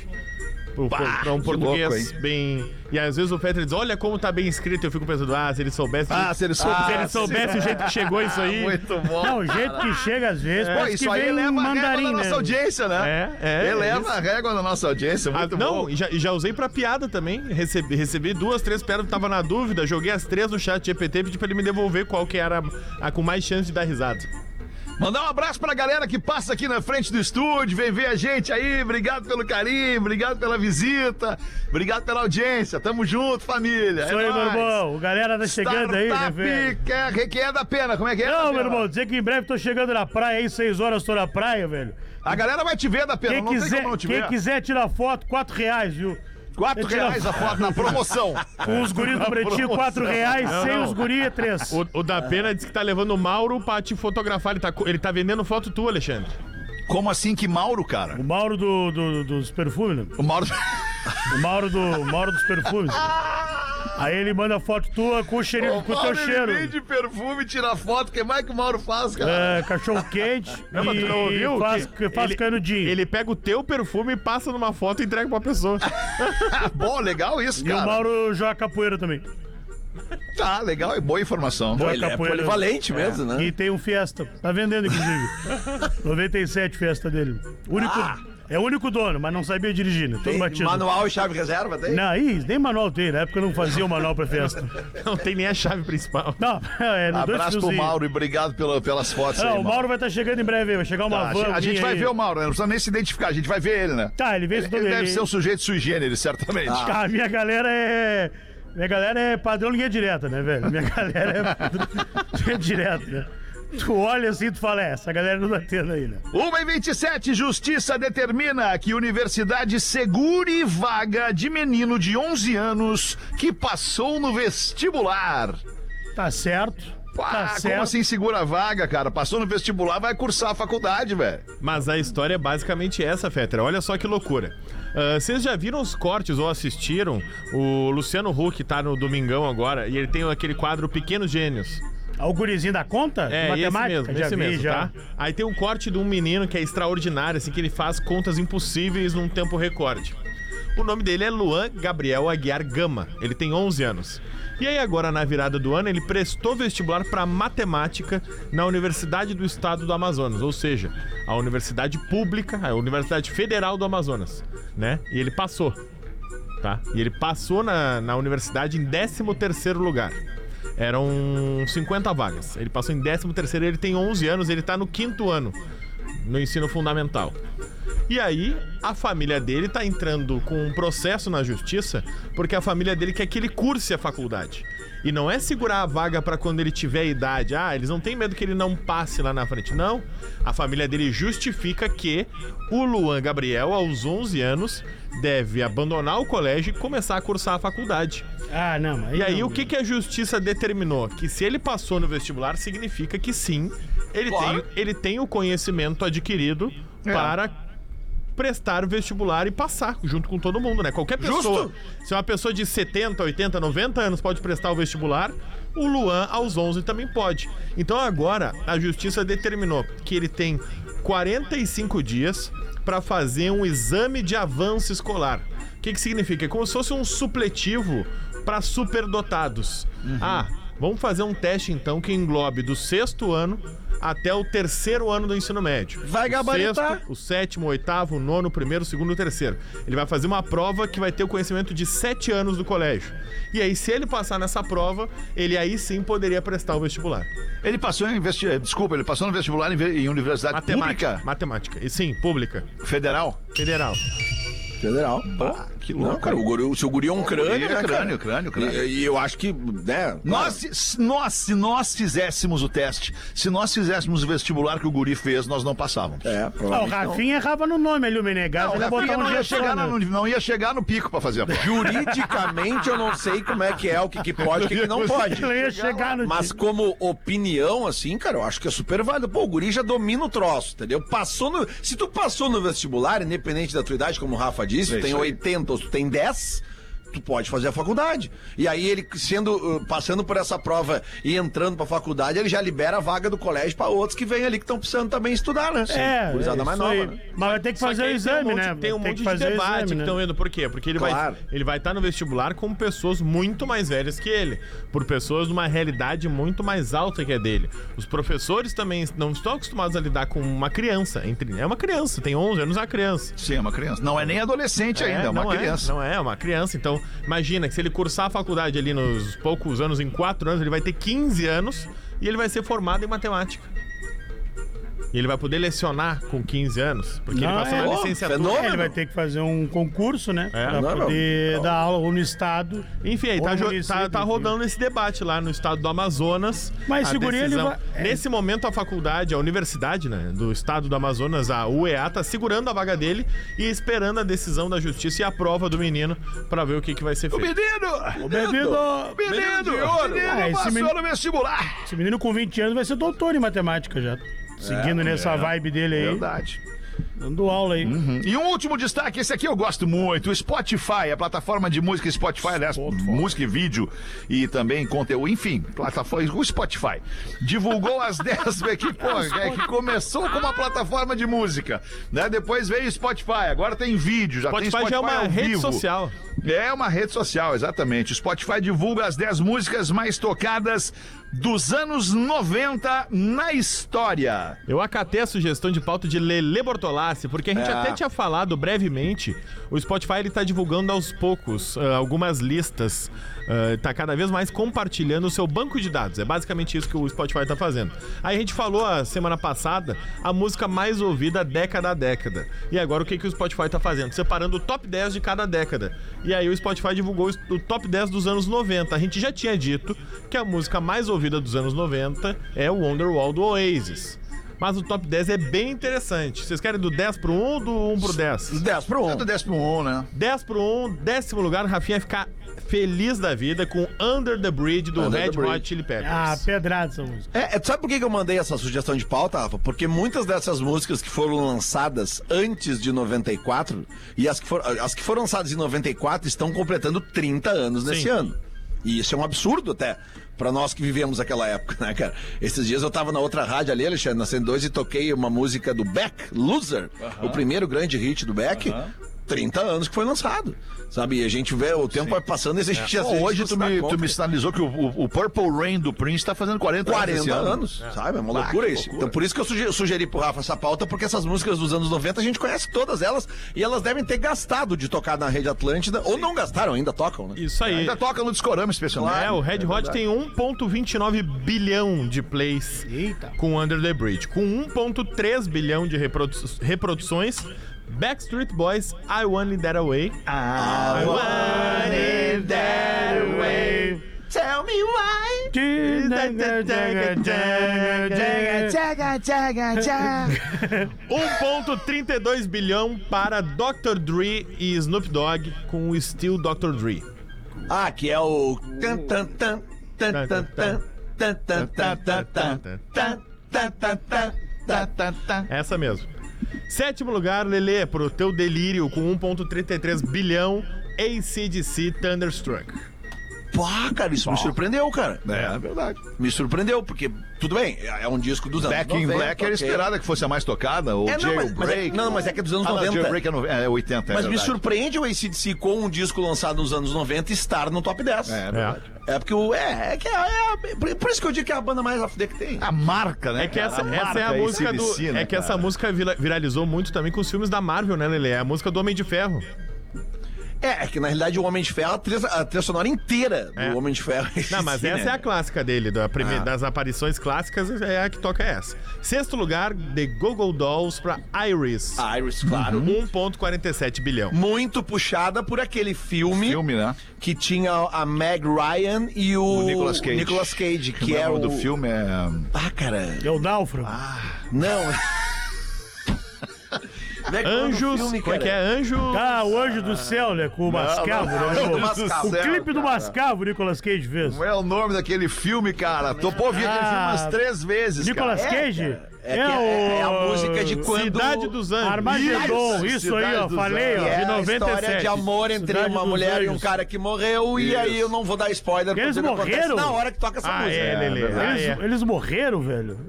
S7: Pro- pro- Pra um
S4: que
S7: português
S4: louco,
S7: bem. E às vezes o Fetter diz: Olha como tá bem escrito. Eu fico pensando: Ah, se ele soubesse.
S4: Ah, se ele soubesse.
S7: se ele (laughs) soubesse o jeito que chegou isso aí.
S4: (laughs) Muito bom.
S6: Não, o jeito que chega às vezes,
S4: É. Pô,
S6: parece
S4: isso
S6: que
S4: aí
S6: vem
S4: eleva a régua
S6: mandarim,
S4: da
S6: né?
S4: nossa audiência, né?
S7: É, é,
S4: Eleva
S7: isso.
S4: a régua da nossa audiência.
S7: Ah,
S4: Muito bom.
S7: não, e já, e já usei pra piada também. Recebi, recebi duas, três piadas, tava na dúvida, joguei as três no chat GPT, pedi pra ele me devolver qual que era a, a com mais chance de dar risada.
S4: Mandar um abraço pra galera que passa aqui na frente do estúdio, vem ver a gente aí. Obrigado pelo carinho, obrigado pela visita, obrigado pela audiência. Tamo junto, família. É
S6: Isso aí, meu irmão. O galera tá chegando aí, né, velho?
S4: Startup que- que é da pena, como é que é? da
S6: Não, meu
S4: pena?
S6: irmão, dizer que em breve tô chegando na praia aí, seis horas tô na praia, velho.
S4: A galera vai te ver da pena,
S6: Quem
S4: não tem
S6: quiser,
S4: como não te
S6: quem
S4: ver.
S6: quiser tirar foto, 4 reais, viu?
S4: Quatro
S6: Tira-
S4: reais a foto na promoção.
S6: Com
S4: (laughs)
S6: os guris do pretinho, 4 reais,
S7: Não,
S6: sem
S7: não.
S6: os guris, é 3.
S7: O, o da Pena disse que tá levando o Mauro pra te fotografar. Ele tá, co- ele tá vendendo foto tua, Alexandre.
S4: Como assim que Mauro, cara?
S6: O Mauro do, do- dos perfumes, né?
S4: O Mauro.
S6: O Mauro, do, o Mauro
S4: (laughs)
S6: dos perfumes. Aí ele manda foto tua com o, cheirinho, (laughs) com o teu
S4: ele
S6: cheiro.
S4: vem de perfume, tira foto. O que mais que o Mauro faz, cara?
S6: É, cachorro quente
S7: mas tu não
S6: e,
S7: ouviu
S6: e faz,
S7: que
S6: faz
S7: ele-
S6: canudinho.
S7: Ele pega o teu perfume, passa numa foto e entrega pra pessoa. (laughs)
S4: Ah, Bom, legal isso,
S6: E o
S4: cara.
S6: Mauro joga capoeira também.
S4: Tá, legal, é boa informação.
S6: Boa
S5: Ele é
S6: capoeira.
S5: polivalente mesmo, né?
S6: E tem um Fiesta. Tá vendendo, inclusive. 97 Fiesta dele. Único, É o único dono, mas não sabia dirigir, né? Todo
S5: Tem
S6: batido.
S5: manual e chave reserva, tem?
S6: Não, ih, nem manual tem. Na época eu não fazia o manual pra festa.
S7: Não tem nem a chave principal.
S6: Não, (laughs) é, no dois
S4: Abraço pro
S6: fiozinhos.
S4: Mauro e obrigado pela- pelas fotos aí,
S6: Ah, o
S4: Mauro.
S6: Mauro vai estar chegando em breve aí. Vai chegar uma
S4: Tá,
S6: van.
S4: a gente
S6: minha
S4: vai
S6: aí.
S4: ver o Mauro, né? não precisa nem se identificar, a gente vai ver ele, né?
S6: Tá, ele Ah, veio
S4: Ele deve ser um sujeito sui generis, certamente.
S6: A minha galera é. Minha galera é padrão linha direta, né, velho? Minha (laughs) galera é (laughs) linha direta, né? Tu olha assim e tu fala, é, essa galera não tá tendo aí, né?
S4: 1 e 27, Justiça determina que universidade segure vaga de menino de 11 anos que passou no vestibular.
S6: Tá certo.
S4: Ah,
S6: Tá
S4: como
S6: certo.
S4: assim segura a vaga, cara? Passou no vestibular, vai cursar a faculdade, velho.
S7: Mas a história é basicamente essa, Fetra. Olha só que loucura. Ah, Vocês já viram os cortes ou assistiram? O Luciano Huck tá no Domingão agora e ele tem aquele quadro Pequenos Gênios.
S6: Ah, O gurizinho da conta?
S7: É, esse
S6: Matemática?
S7: mesmo,
S6: já
S7: esse
S6: vi,
S7: mesmo,
S6: já.
S7: tá? Aí tem um corte de um menino que é extraordinário, assim, que ele faz contas impossíveis num tempo recorde. O nome dele é Luan Gabriel Aguiar Gama, ele tem 11 anos. E aí agora, na virada do ano, ele prestou vestibular para matemática na Universidade do Estado do Amazonas, ou seja, a universidade pública, a Universidade Federal do Amazonas, né? E ele passou tá? E ele passou na, na universidade em 13º lugar. Eram 50 vagas. Ele passou em 13º, ele tem 11 anos, ele tá no quinto ano no ensino fundamental. E aí, a família dele tá entrando com um processo na justiça, porque a família dele quer que ele curse a faculdade. E não é segurar a vaga pra quando ele tiver idade. Ah, eles não têm medo que ele não passe lá na frente. Não. A família dele justifica que o Luan Gabriel, aos 11 anos, deve abandonar o colégio e começar a cursar a faculdade.
S6: Ah, não, mas.
S7: E aí,
S6: não.
S7: o que, que a justiça determinou? Que se ele passou no vestibular, significa que sim, ele,
S5: Claro.
S7: tem, ele tem o conhecimento adquirido para prestar o vestibular e passar junto com todo mundo, né? Qualquer pessoa. Se é uma pessoa de 70, 80, 90 anos pode prestar o vestibular, o Luan aos 11 também pode. Então agora a justiça determinou que ele tem 45 dias para fazer um exame de avanço escolar. O que, que significa? É como se fosse um supletivo para superdotados.
S5: Uhum.
S7: Ah, vamos fazer um teste então que englobe do sexto ano até o terceiro ano do ensino médio.
S5: Vai
S7: O
S5: gabaritar.
S7: sexto, o sétimo, o oitavo, o nono, o primeiro, o segundo, o terceiro. Ele vai fazer uma prova que vai ter o conhecimento de sete anos do colégio. E aí, se ele passar nessa prova, ele aí sim poderia prestar o vestibular.
S4: Ele passou em vesti... Desculpa, ele passou no vestibular em, ve- em universidade
S7: Matemática.
S4: pública
S7: Matemática. E sim, pública.
S4: federal.
S7: Federal.
S5: Federal. Ah,
S4: que
S5: Não, cara, o guri, o seu guri é um crânio,
S4: Crânio,
S5: né, cara?
S4: crânio, crânio, crânio.
S5: E, e eu acho que, né?
S4: Nós, se- se nós, se nós fizéssemos o teste, se nós fizéssemos o vestibular que o Guri fez, nós não passávamos.
S5: É,
S6: Ah, o
S5: provavelmente.
S6: Rafinha errava no nome ali, o Menegas.
S4: Não,
S6: Ele ia botar um
S4: não, ia
S6: gesso lá,
S4: chegar
S6: né?
S4: no, não ia chegar no pico pra fazer a prova.
S5: Juridicamente, eu não sei como é que é, o que, que pode, o que, que não pode.
S6: Ele ia chegar no.
S5: Mas como opinião, assim, cara, eu acho que é super válido. Pô, o guri já domina o troço, entendeu? Passou no... Se tu passou no vestibular, independente da tua idade, como o Rafa disse, tu tem 80 ou tu tem 10, tu pode fazer a faculdade. E aí ele, sendo, uh, passando por essa prova e entrando pra faculdade, ele já libera a vaga do colégio pra outros que vêm ali que estão precisando também estudar, né?
S6: É, é
S5: Gurizada mais
S6: isso
S5: nova,
S6: aí.
S5: né?
S6: Mas vai ter que
S7: Só
S6: fazer
S7: aí
S6: o
S7: tem
S6: exame,
S7: um monte-
S6: né?
S7: Tem um
S6: Vai ter
S7: monte
S6: que
S7: de
S6: fazer o
S7: debate
S6: exame,
S7: que um
S6: né?
S7: estão indo. Por quê? Porque ele
S5: Claro.
S7: vai ele vai estar no vestibular com pessoas muito mais velhas que ele, por pessoas de uma realidade muito mais alta que a dele. Os professores também não estão acostumados a lidar com uma criança. Entre, é uma criança, tem 11 anos, é uma criança.
S4: Sim, é uma criança. Não é nem adolescente ainda, é uma
S7: não
S4: criança.
S7: não é, é uma criança. Então, imagina que se ele cursar a faculdade ali nos poucos anos, em 4 anos, ele vai ter 15 anos e ele vai ser formado em matemática. E ele vai poder lecionar com 15 anos, porque
S6: Não,
S7: ele passou
S6: é.
S7: na
S5: Pô,
S7: licenciatura.
S5: fenômeno.
S6: É, ele vai ter que fazer um concurso, né?
S7: É.
S5: Não,
S6: pra
S5: não.
S6: poder dar aula ou no estado.
S7: Enfim, aí
S6: Ou
S7: tá,
S6: no
S7: jo-
S6: município,
S7: tá, tá
S6: enfim.
S7: rodando esse debate lá no estado do Amazonas.
S6: é Mas
S7: A
S6: esse guri, ele
S7: decisão-
S6: vai- é.
S7: Nesse momento, a faculdade, a universidade né, do estado do Amazonas, a UEA, tá segurando a vaga dele e esperando a decisão da justiça e a prova do menino pra ver o que, que vai ser feito.
S4: Menino! é
S6: Bebido!
S4: Menino!
S5: de
S4: Menino,
S5: ouro.
S6: Ah, esse
S4: passou
S6: menino-
S4: no vestibular!
S6: Esse
S5: É,
S6: menino com 20 anos vai ser doutor em matemática já. Seguindo nessa vibe dele aí.
S4: Verdade.
S6: Dando aula aí.
S7: Uhum.
S4: E um último destaque, esse aqui eu gosto muito, o Spotify, a plataforma de música Spotify, aliás, música e vídeo e também conteúdo, enfim, plataforma, o Spotify, divulgou as (laughs) 10, be- que, pô, é que começou como uma plataforma de música, né, depois veio o Spotify, agora tem vídeo, já tem Spotify
S7: Spotify já é uma
S4: ao
S7: rede
S4: vivo.
S7: social.
S4: É uma rede social, exatamente. O Spotify divulga as 10 músicas mais tocadas dos anos 90 na história.
S7: Eu acatei a sugestão de pauta de Lele Bortolassi, porque a gente
S4: É.
S7: até tinha falado brevemente, o Spotify ele tá divulgando aos poucos ah, algumas listas, ah, tá cada vez mais compartilhando o seu banco de dados. É basicamente isso que o Spotify tá fazendo. Aí a gente falou a semana passada a música mais ouvida década a década. E agora o que, que o Spotify tá fazendo? Separando o top 10 de cada década. E aí o Spotify divulgou o top 10 dos anos 90. A gente já tinha dito que a música mais ouvida dos anos 90 é o Wonderwall do Oasis. Mas o top 10 é bem interessante. Vocês querem do 10 pro 1 ou do 1 pro 10?
S5: 10 pro 1.
S4: Do 11, né?
S7: 10 pro 1, décimo lugar, Rafinha vai ficar feliz da vida com Under the Bridge do
S5: Under the
S7: Red Hot
S5: Bridge.
S7: Chili
S6: Ah,
S7: Peppers.
S6: pedrada essa música.
S5: É, é, sabe por que que eu mandei essa sugestão de pauta, Rafa? Porque muitas dessas músicas que foram lançadas antes de 94 e as que, for- as que foram lançadas em 94 estão completando 30 anos nesse
S7: Sim.
S5: ano. E isso é um absurdo até pra nós que vivemos aquela época, né, cara? Esses dias eu tava na outra rádio ali, Alexandre, na 102 e toquei uma música do Beck, Loser, o primeiro grande hit do Beck. 30 anos que foi lançado, sabe? E a gente vê, o tempo vai passando e a gente já
S4: Pô,
S5: Assim, a gente
S4: hoje
S5: não se
S4: tu
S5: dá
S4: me,
S5: conta.
S4: tu me sinalizou que o, o- o Purple Rain do Prince tá fazendo 40,
S5: 40
S4: esse ano.
S5: anos, sabe? É uma
S4: Ah,
S5: loucura
S4: que
S5: isso.
S4: loucura.
S5: Então por isso que eu sugeri, sugeri pro Rafa essa pauta, porque essas músicas dos anos 90 a gente conhece todas elas e elas devem ter gastado de tocar na Rede Atlântida, ou não gastaram, ainda tocam, né?
S7: Isso aí.
S4: Ainda toca no Discorama esse personagem.
S7: É, o Red Hot tem 1.29 bilhão de plays
S6: Eita.
S7: com Under the Bridge, com 1.3 bilhão de reprodu- reproduções. Backstreet Boys, I Want It That Away. I Want It That Away.
S5: Tell me why.
S2: Tchaga, tchaga, tchaga.
S7: 1.32 bilhão para Dr. Dre e Snoop Dogg com o Still Dr. Dre.
S5: Ah, que é o. tan, tan, tan, tan,
S7: Tá,
S5: tan, tan, tan, tan, tan, tan, tan, tan, tan, tan, tan, tan, tan, tan.
S7: Essa mesmo. Sétimo lugar, Lelê, pro teu delírio com 1.33 bilhão, ACDC Thunderstruck.
S5: Pá, cara, isso me surpreendeu, cara.
S4: É, é verdade.
S5: Me surpreendeu, porque, tudo bem, é um disco dos anos
S4: Back in
S5: 90,
S4: Black era
S5: ok.
S4: esperada que fosse a mais tocada, ou
S5: É, não, mas- mas é-
S4: Jailbreak.
S5: não, mas é que é dos anos
S4: Ah, não,
S5: 90.
S4: Jailbreak é, no, é 80, é
S5: Mas me
S4: verdade.
S5: surpreende o ACDC com um disco lançado nos anos 90 estar no top 10.
S4: É, é
S5: É,
S4: verdade.
S5: porque o. É, é que é, é a- por- Por isso que eu digo que é a banda mais AFD que tem.
S4: A marca, né?
S7: É que
S4: cara?
S7: essa, essa
S4: marca
S7: é a música do.
S4: AC/DC, né,
S7: é que essa
S4: cara?
S7: música vira- viralizou muito também com os filmes da Marvel, né, Lelê? É a música do Homem de Ferro.
S5: É, é que na realidade o Homem de Ferro, é a trilha, a trilha sonora inteira
S7: É.
S5: do Homem de Ferro.
S7: Não, mas essa
S5: né?
S7: é a clássica dele, da prime- das aparições clássicas, é a que toca essa. Sexto lugar, The Google Dolls pra Iris.
S5: a. Iris, claro.
S7: Uhum. 1,47 bilhão.
S5: Muito puxada por aquele filme,
S4: Filme, né?
S5: que tinha a Meg Ryan e o,
S4: O Nicolas Cage.
S5: Nicolas Cage, que
S4: o
S5: é
S4: nome
S5: o.
S4: do filme é...
S5: Ah, cara.
S6: É o Náufrago.
S7: Ah, (laughs)
S5: Não. Como é que é o nome do
S7: Anjos.
S5: filme,
S7: como é que é?
S5: cara?
S7: Anjo.
S6: Ah, o Anjo do Céu, né? Com o Mascavo. né,
S5: não,
S6: pô?
S5: do Mascavo.
S6: O clipe do Mascavo, o Nicolas Cage fez.
S4: Não é o nome daquele filme, cara. Tô por ouvir aquele filme
S6: Ah,
S4: umas três vezes,
S6: Nicolas
S4: cara.
S6: Cage?
S5: É que é- é a música de quando-
S7: Cidade dos Anjos.
S6: Armagedon, isso aí, ó.
S4: Cidade dos
S6: Falei,
S5: Que
S6: ó.
S5: é
S6: De
S5: a história
S6: 97.
S5: de amor entre
S6: Cidade
S5: uma
S6: dos
S5: mulher e um
S6: Anjos.
S5: cara que morreu, e aí eu não vou dar spoiler
S6: Eles
S5: porque acontece
S6: morreram?
S5: na hora que toca essa
S7: Ah,
S5: música.
S7: é, Lelê. Ah,
S6: né? Eles,
S7: é.
S6: eles morreram, velho?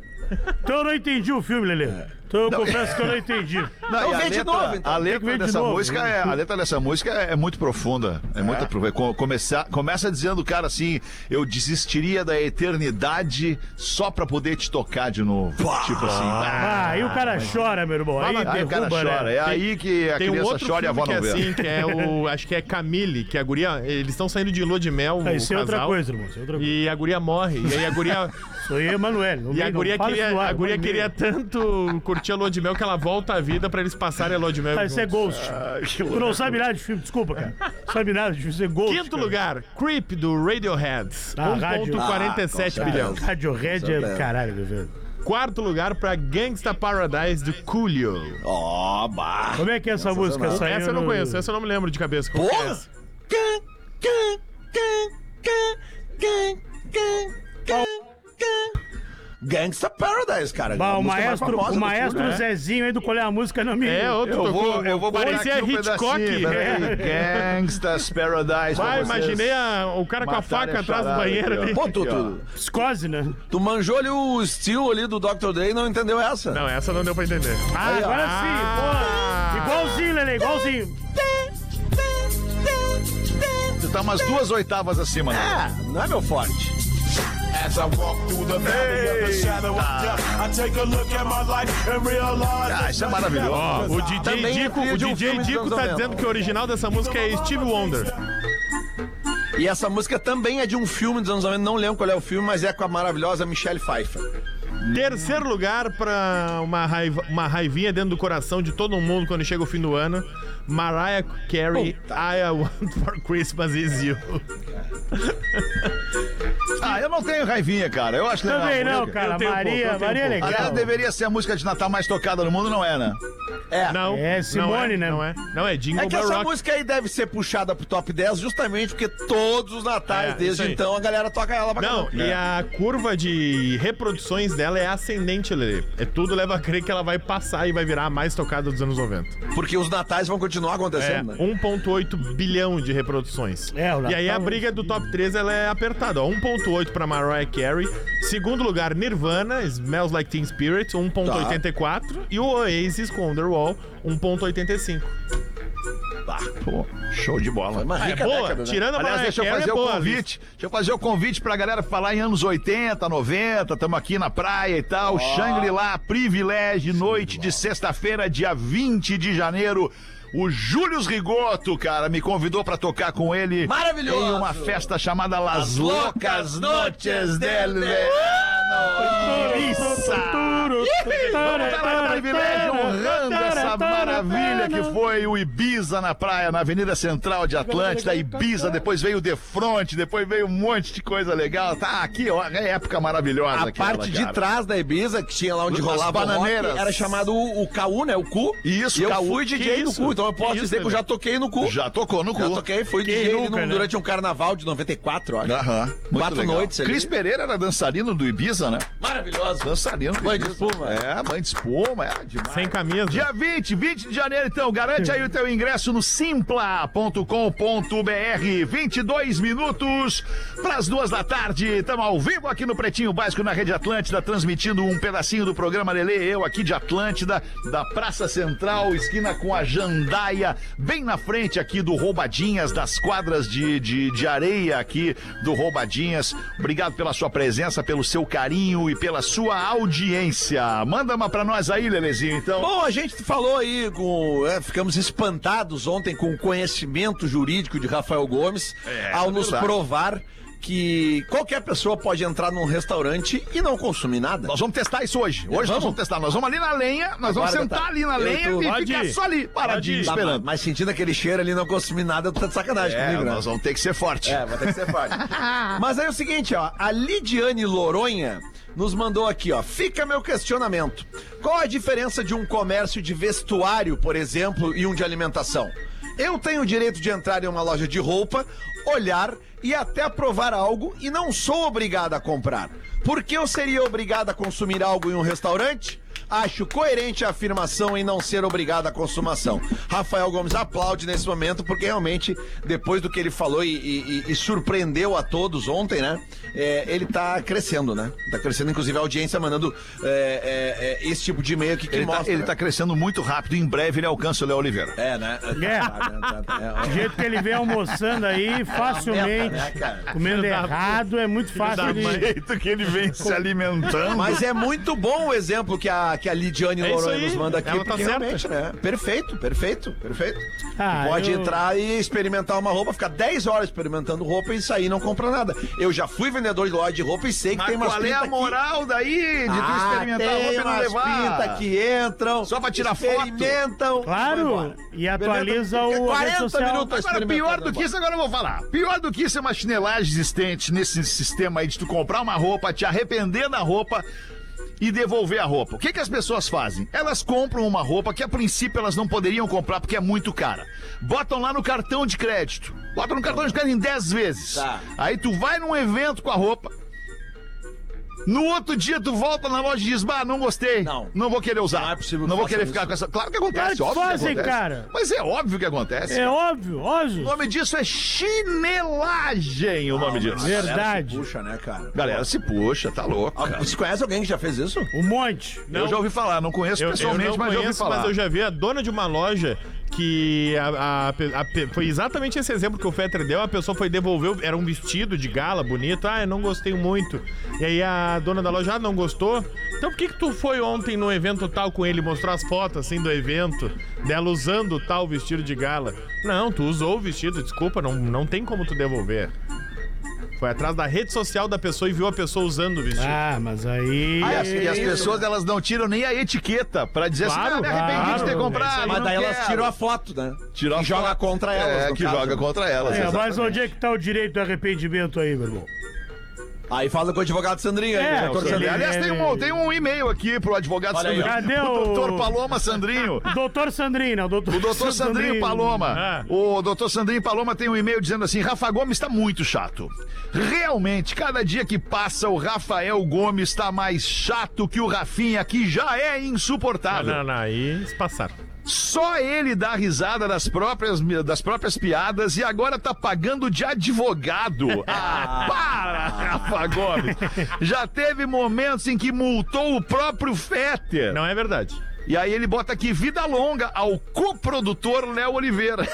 S6: Então eu não entendi o filme, Lelê. Então eu confesso que eu não entendi.
S4: Não,
S5: Então
S4: e a
S5: vê de
S4: letra,
S5: novo, então.
S4: A
S6: Tem que ver
S4: letra
S6: de
S4: dessa
S6: novo,
S4: música
S6: né?
S4: é, a letra dessa música é, é muito profunda, é, muito profunda. Co- Começa, começa dizendo, cara, assim, eu desistiria da eternidade só pra poder te tocar de novo. Tipo assim.
S6: Ah, aí o cara chora, meu irmão. Aí
S7: Mas-
S4: aí o cara
S6: derruba,
S4: chora,
S6: né?
S4: é aí que a
S7: Tem um
S4: criança
S7: outro
S4: chora e a avó
S7: filme que é
S4: não vê.
S7: assim, que é o. Acho que é Camille, que é a guria. Eles estão saindo de lua de mel.
S6: Ah,
S7: o
S6: Isso é outra
S7: casal,
S6: coisa, irmão. Isso é outra coisa.
S7: E a guria morre. E aí
S6: (laughs)
S7: a guria.
S6: Isso aí é Emanuel. não
S7: E
S6: vem,
S7: a
S6: não.
S7: guria,
S6: Fala isso
S7: queria,
S6: no ar,
S7: a guria
S6: vai
S7: queria
S6: ver.
S7: tanto curtir a lua de mel que ela volta à vida pra eles passarem a lua de mel.
S6: Ah, isso é
S7: juntos.
S6: Ghost. Tu não sabe nada de filme, desculpa, cara. Não sabe nada de filme, isso é Ghost.
S7: Quinto
S6: cara.
S7: lugar, Creep do Radiohead.
S6: Ah, rádio.
S7: 1,47
S5: Ah, com
S4: tá,
S7: bilhão.
S5: certeza.
S6: Radiohead é do caralho, meu velho.
S7: Quarto lugar pra Gangsta Paradise do Coolio.
S5: Ó, bah.
S6: Como é que é essa música? Saiu
S7: Essa eu não
S6: no-
S7: conheço, essa eu não me lembro de cabeça. Como que é
S5: Porra!
S7: essa?
S5: Can, can, can, can, can, can, can, can. Gangsta Paradise, cara.
S6: Bah,
S5: A
S6: o
S5: música é mais
S6: maestro,
S5: famosa
S6: o
S5: do
S6: maestro
S5: filme. né?
S6: Zezinho aí do Colher a Música não me.
S7: É, outro
S4: Eu vou, eu vou botar
S7: Parecia
S4: aqui um
S7: Hitchcock.
S4: pedacinho, peraí. Gangsta's Paradise. pra
S7: Vai,
S4: vocês.
S7: Ah, imaginei a- o cara com a
S5: é
S4: Matarem
S7: faca
S4: a
S7: atrás do
S4: charada
S7: banheiro
S4: é aqui,
S7: ali.
S4: ó.
S5: Pô, tu, tu,
S6: Psicose, né?
S5: tu manjou ali o estilo ali do Dr. Dre e não entendeu essa.
S7: Não, essa não deu pra entender.
S6: Ah,
S5: Aí, ó.
S6: agora
S7: Ah.
S6: sim, pô. Igualzinho, Lele, igualzinho.
S4: Tu tá umas duas oitavas acima, né?
S5: Ah, não é meu forte.
S8: As I walk through the valley of the shadow of death, I take a look at my life and realize
S4: Ah, isso é maravilhoso.
S7: Ó, o DJ
S5: Também é
S7: Dico,
S5: filho
S7: o
S5: de um
S7: DJ
S5: filme dos
S7: Dico
S5: anos
S7: tá
S5: 90.
S7: dizendo que o original dessa música é Steve Wonder.
S5: E essa música também é de um filme dos anos 90, não lembro qual é o filme, mas é com a maravilhosa Michelle Pfeiffer.
S7: Terceiro lugar pra uma, raiva, uma raivinha dentro do coração de todo mundo quando chega o fim do ano. Mariah Carey, I Want for Christmas Is You.
S4: Ah, eu não tenho raivinha, cara. Eu acho legal.
S6: Também
S4: a
S6: não,
S4: música.
S6: cara.
S7: eu tenho um
S6: Maria,
S7: pouco, eu tenho
S6: Maria é
S7: um pouco.
S6: legal.
S4: Aliás, deveria ser a música de Natal mais tocada no mundo, não é, né?
S5: É.
S7: Não,
S6: É, Simone,
S7: não é,
S6: né?
S7: Não é, não é Jingle
S5: É que
S7: Bell
S5: essa
S7: Rock.
S5: música aí deve ser puxada pro top 10 justamente porque todos os natais,
S7: É, isso
S5: desde
S7: aí.
S5: então, a galera toca ela pra
S7: Não,
S5: caramba.
S7: e a curva de reproduções dela é ascendente, Lelê. É tudo leva a crer que ela vai passar e vai virar a mais tocada dos anos 90.
S5: Porque os natais vão continuar
S7: É,
S5: acontecendo. né?
S7: 1.8 bilhão de reproduções.
S6: É, o
S7: e aí a
S6: Natal-
S7: briga do top 3 ela é apertada. ó. 1.8 pra Mariah Carey. Segundo lugar, Nirvana, Smells Like Teen Spirit, 1.84. E o Oasis com Underwall, 1.85.
S4: Pô, show de bola.
S5: Foi uma
S7: É
S5: rica
S7: boa,
S5: década, né?
S7: tirando a
S4: Aliás,
S7: Mariah
S4: deixa eu
S7: Carey,
S4: fazer
S7: é
S4: o
S7: boa.
S4: convite. Deixa eu fazer o convite pra galera falar em anos 80, 90, estamos aqui na praia e tal. Shangri-La, privilégio, noite de sexta-feira, dia 20 de janeiro. O Július Rigoto, cara, me convidou pra tocar com ele
S5: Maravilhoso!
S4: em uma festa chamada Las Loucas Noches del Verano. Isso! Vamos dar lá no privilégio honrando essa maravilha que foi o Ibiza na praia, na Avenida Central de Atlântida. Ibiza, depois veio o The Front, depois veio um monte de coisa legal. Tá aqui, ó, é época maravilhosa.
S5: A
S4: aquela,
S5: parte de
S4: cara.
S5: trás da Ibiza, que tinha lá onde
S4: As
S5: rolava o rock,
S4: bananeiras.
S5: era chamado o, o Caú, né? O Cu.
S4: Isso,
S5: e eu
S4: Caú.
S5: fui DJ
S7: Que
S5: no
S7: isso?
S5: Cu, então eu posso
S7: Que
S5: dizer
S7: isso,
S5: que eu já toquei no Cu.
S4: Já tocou no cu.
S5: Já toquei, fui
S6: Quem
S5: DJ
S6: nunca,
S5: num-
S6: né?
S5: durante um carnaval de 94, eu acho.
S4: Aham. muito
S5: Quatro
S4: legal.
S5: noites ali.
S4: Cris Pereira era dançarino do Ibiza, né?
S5: Maravilhoso.
S4: Dançarino. do
S5: Mãe de
S4: Ibiza.
S5: espuma.
S4: É, mãe de espuma, é demais.
S7: Sem camisa.
S4: Dia 20, 20 de janeiro, então. Garante aí o teu ingresso no simpla.com.br. 22 minutos para as duas da tarde. Estamos ao vivo aqui no Pretinho Básico na Rede Atlântida, transmitindo um pedacinho do programa Lele, eu aqui de Atlântida, da Praça Central, esquina com a Jandaia, bem na frente aqui do Roubadinhas, das quadras de, de, de areia aqui do Roubadinhas. Obrigado pela sua presença, pelo seu carinho e pela sua audiência. Manda uma para nós aí, Lelezinho, então.
S5: Bom, a gente falou aí, com, é, ficamos espantados ontem com o conhecimento jurídico de Rafael Gomes
S4: É,
S5: ao nos
S4: verdade.
S5: provar que qualquer pessoa pode entrar num restaurante e não consumir nada.
S4: Nós vamos testar isso hoje. Hoje nós
S5: Vamos?
S4: vamos testar. Nós vamos ali na lenha, nós vamos
S5: Agora
S4: sentar
S5: tá.
S4: ali na
S5: Eu
S4: lenha
S5: tô-
S4: e
S7: Pode
S4: ficar
S7: ir.
S4: só ali, paradinho,
S7: Pode ir.
S5: Tá,
S4: esperando.
S5: Mas sentindo aquele cheiro ali e não consumir nada, eu tô de sacanagem
S4: É,
S5: comigo, né?
S4: nós vamos ter que ser forte.
S5: É, vai ter que ser forte. Mas aí é o seguinte, ó. A Lidiane Loronha nos mandou aqui, ó. Fica meu questionamento. Qual a diferença de um comércio de vestuário, por exemplo, e um de alimentação? Eu tenho o direito de entrar em uma loja de roupa, olhar e até provar algo e não sou obrigado a comprar. Por que eu seria obrigado a consumir algo em um restaurante? Acho coerente a afirmação em não ser obrigado à consumação. Rafael Gomes aplaude nesse momento, porque realmente, depois do que ele falou e, e- e- e surpreendeu a todos ontem, né? É, ele tá crescendo, né? Tá crescendo, inclusive, a audiência mandando é, é, é, esse tipo de e-mail aqui que
S4: Ele,
S5: mostra.
S4: tá, ele tá crescendo muito rápido. Em breve ele alcança o Léo Oliveira.
S5: É, né?
S6: É. Do
S5: É.
S6: jeito que ele vem almoçando aí, facilmente,
S5: né, cara?
S6: comendo
S7: Filho da-
S6: errado, é muito fácil
S7: da
S6: de...
S7: mãe.
S4: jeito que ele vem se alimentando.
S5: Mas é muito bom o exemplo que a, que a Lidiane
S7: É isso
S5: Loronha
S7: aí,
S5: nos manda aqui,
S7: ela tá
S5: porque
S7: certa.
S5: realmente, né? Perfeito, perfeito, perfeito.
S6: Ah,
S5: Pode
S6: eu-
S5: entrar e experimentar uma roupa, ficar 10 horas experimentando roupa e sair e não comprar nada. Eu já fui vendedor de loja de roupa e sei que tem
S4: Mas
S5: umas
S4: qual é
S5: 30
S4: a
S5: que-
S4: moral daí de tu
S5: Ah,
S4: experimentar a
S5: tem
S4: roupa e não
S5: umas
S4: levar?
S5: 30 que entram.
S4: Só pra tirar foto.
S5: Experimentam. e vão
S6: Claro,
S5: embora.
S6: e atualiza o a rede
S5: 40
S6: social.
S5: minutos
S4: Agora, pior do que isso, agora eu vou falar. Pior do que isso é uma chinelagem existente nesse sistema aí de tu comprar uma roupa, te arrepender da roupa e devolver a roupa. O que, que as pessoas fazem? Elas compram uma roupa que a princípio elas não poderiam comprar porque é muito cara. Botam lá no cartão de crédito. Botam no cartão de crédito em 10 vezes.
S5: Tá.
S4: Aí tu vai num evento com a roupa. No outro dia tu volta na loja e diz, bah, não gostei.
S5: Não.
S4: Não vou querer usar.
S5: Não é possível que
S4: Não vou
S5: façam
S4: querer ficar
S5: isso.
S4: com essa. Claro que
S6: Claro
S4: acontece,
S6: que
S4: óbvio.
S6: fazem,
S4: que acontece.
S6: cara.
S4: Mas é óbvio que acontece.
S6: É óbvio,
S4: O
S6: óbvio.
S4: nome disso é chinelagem, o nome disso.
S6: Ver- Verdade.
S5: Puxa, né, cara?
S4: Galera se puxa, tá louco.
S5: Ah, Você conhece alguém que já fez isso?
S6: Um monte.
S4: eu já ouvi falar, não conheço
S7: Eu, eu
S4: pessoalmente,
S7: não
S4: mas já ouvi
S7: conheço,
S4: falar.
S7: mas eu já vi a dona de uma loja que a- a pe- a pe- foi exatamente esse exemplo que o Fetter deu. A pessoa foi devolver, o- era um vestido de gala bonito. Ah, eu não gostei muito. E aí a dona da loja, ah, não gostou? Então por que que tu foi ontem no evento tal com ele, mostrou as fotos assim do evento, dela usando tal vestido de gala? Não, tu usou o vestido, desculpa, não, não tem como tu devolver. Foi atrás da rede social da pessoa e viu a pessoa usando o vestido.
S6: Ah, mas aí.
S4: E as, e as pessoas elas não tiram nem a etiqueta pra dizer assim,
S7: Claro,
S4: ah, me arrependi
S6: claro.
S4: de ter comprado.
S5: Mas
S4: não
S5: Ah, daí elas
S4: quero.
S5: tiram a foto, né?
S4: Tirou a
S5: e joga
S4: foto.
S5: contra elas.
S4: É,
S5: no
S4: que
S5: caso,
S4: joga
S5: né?
S4: contra elas.
S6: É, mas
S4: exatamente.
S6: onde é que tá o direito do arrependimento aí,
S4: (laughs)
S6: meu irmão?
S5: Aí fala com o advogado Sandrinho. aí,
S6: É,
S5: o doutor
S6: o
S5: Sandrinho.
S6: Sandrinho.
S4: Aliás, tem um, tem um e-mail aqui pro advogado
S5: Olha aí,
S4: Sandrinho.
S5: ó.
S6: Cadê
S4: o
S6: o-
S4: doutor Paloma Sandrinho?
S6: Doutor Sandrinho, não, doutor.
S4: O doutor Sandrinho Paloma.
S7: Ah.
S4: O doutor Sandrinho Paloma tem um e-mail dizendo assim: Rafa Gomes está muito chato. Realmente, cada dia que passa, o Rafael Gomes está mais chato que o Rafinha, que já é insuportável.
S7: Ah, Não, não, aí eles passaram.
S4: Só ele dá risada das próprias, das próprias piadas e agora tá pagando de
S7: (laughs)
S4: advogado. Ah, para, Rafa Gomes. Já teve momentos em que multou o próprio Fetter.
S7: Não é verdade.
S4: E aí ele bota aqui vida longa ao coprodutor Léo Oliveira.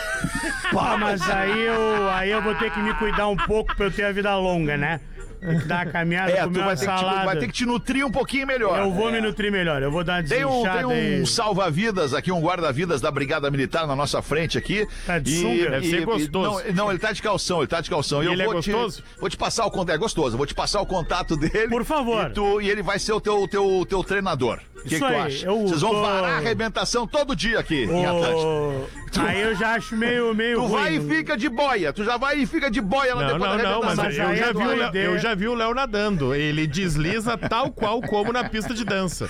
S6: Ah, mas aí eu, aí eu vou ter que me cuidar um pouco pra eu ter a vida longa, né? Tem que dar uma caminhada,
S4: É,
S6: comer
S4: tu
S6: uma
S4: vai ter, que te,
S6: salada.
S4: vai ter que te nutrir um pouquinho melhor.
S6: Eu vou me nutrir melhor, eu vou dar uma
S4: Tem um, tem
S6: desinchada aí.
S4: um salva-vidas aqui, um guarda-vidas da Brigada Militar na nossa frente aqui.
S6: Tá de sunga?
S7: Deve ser gostoso.
S4: não, não, ele tá de calção, ele tá de calção. E
S7: ele é
S4: vou te-
S7: gostoso?
S4: vou te passar o contato, é gostoso, eu vou te passar o contato dele.
S6: Por favor.
S4: E, tu- e ele vai ser o teu, teu, teu treinador. O que,
S6: Isso
S4: que tu
S6: aí,
S4: acha?
S6: eu
S4: Vocês vão
S6: tô-
S4: varar a arrebentação todo dia aqui em Atlântico.
S6: Ô, Aí eu já acho meio, meio
S4: Tu
S6: ruim. né?
S4: vai e fica de boia, tu já vai e fica de boia lá
S7: Não,
S4: depois
S7: não,
S4: da
S7: não, mas
S4: arrebentação.
S6: mas
S7: eu
S6: aí
S7: já,
S6: é
S7: vi o
S6: doido.
S7: Léo, eu já vi o Léo nadando. Ele desliza tal qual como na pista de dança.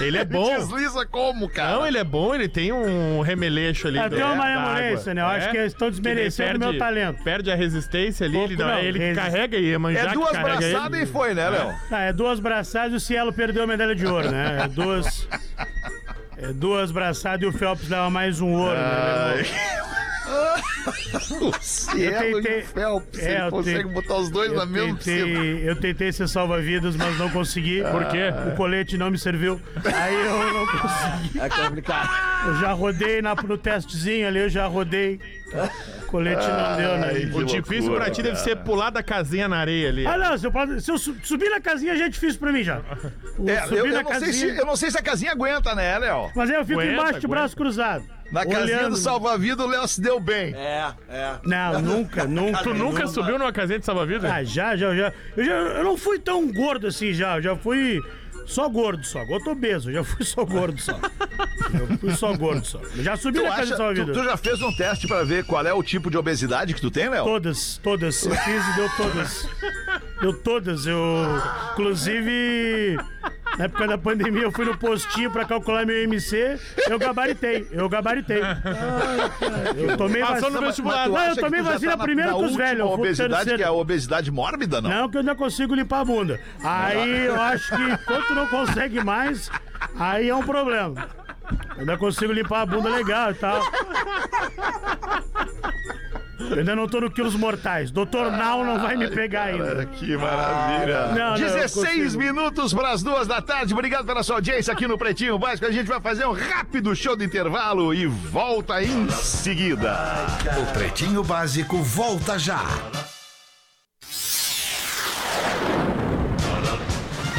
S7: Ele é bom.
S4: Desliza como, cara?
S7: Não, ele é bom, ele tem um remeleixo ali.
S6: Ah,
S7: do-
S6: tem uma
S7: da água. É.
S6: malemolência, né? Eu acho que eles estão desmerecendo
S7: daí
S6: meu talento.
S7: Perde a resistência ali, ele, não,
S6: Pouco
S7: é
S6: não,
S7: ele que
S6: resist-
S7: carrega e
S4: É
S7: manjar
S4: duas
S7: que carrega ele.
S4: braçadas e foi, né, Léo?
S6: Ah, é duas braçadas e o Cielo perdeu a medalha de ouro, né? É duas. É duas braçadas e o Phelps dava mais um ouro, né?
S4: (laughs) O Cielo
S6: tentei-
S4: e o Phelps,
S6: É,
S4: ele
S6: eu
S4: consegue
S6: tentei-
S4: botar os dois na
S6: Eu
S4: mesma piscina.
S6: tentei, eu tentei ser salva-vidas, mas não consegui.
S5: Ah.
S7: Por quê?
S6: O colete não me serviu. Aí eu não consegui.
S5: É complicado.
S6: Eu já rodei na, no testezinho ali, eu já rodei. O colete não deu, né?
S7: O difícil pra ti deve ser pular da casinha na areia ali.
S6: Ah, não, se eu, posso- se eu su- subir na casinha já é difícil pra mim já. O
S4: É,
S6: subir
S4: eu, eu
S6: na
S4: não sei
S6: casinha.
S4: se, eu não sei se a casinha aguenta, né, Léo?
S6: Mas aí eu fico
S7: Aguenta,
S6: embaixo de braço cruzado.
S4: Na casinha
S6: olhando.
S4: do salva-vida, o Léo se deu bem.
S5: É, é.
S4: (laughs)
S6: Não, nunca, nunca.
S7: Tu nunca subiu numa casinha de salva-vida?
S6: Ah, já, já, já. Eu já. Eu não fui tão gordo assim já. Eu já fui só gordo só. Agora eu tô obeso, eu já fui só
S4: (laughs)
S6: gordo só. Eu fui só gordo só. Eu já subi
S4: Tu,
S6: na casa
S4: acha,
S6: da sua
S4: tu,
S6: vida.
S4: tu já fez um teste pra ver qual é o tipo de obesidade que tu tem, Léo?
S6: Todas, todas. Eu fiz e deu todas. Deu todas. Eu. Inclusive. Na época da pandemia, eu fui no postinho pra calcular meu MC, eu gabaritei, eu gabaritei. Eu tomei
S7: Passou no
S6: vacina.
S7: vestibular.
S6: Ah, Não, eu
S4: acha que
S6: tomei
S4: tu já tá
S6: vacina
S4: na-
S6: primeiro
S4: na
S6: que os
S4: última
S6: velhos, eu fui o
S4: obesidade,
S6: terceiro.
S4: que é a obesidade mórbida, não?
S6: Não, que eu ainda consigo limpar a bunda. Aí eu acho que quando tu não consegue mais, aí é um problema. Eu ainda consigo limpar a bunda legal e tal. Eu ainda não tô no quilos mortais. Doutor Nau não vai me pegar ainda.
S4: Que maravilha.
S6: Não, não,
S4: 16
S6: eu consigo.
S4: minutos para as duas da tarde. Obrigado pela sua audiência aqui no Pretinho Básico. A gente vai fazer um rápido show de intervalo e volta em seguida.
S3: O Pretinho Básico volta já.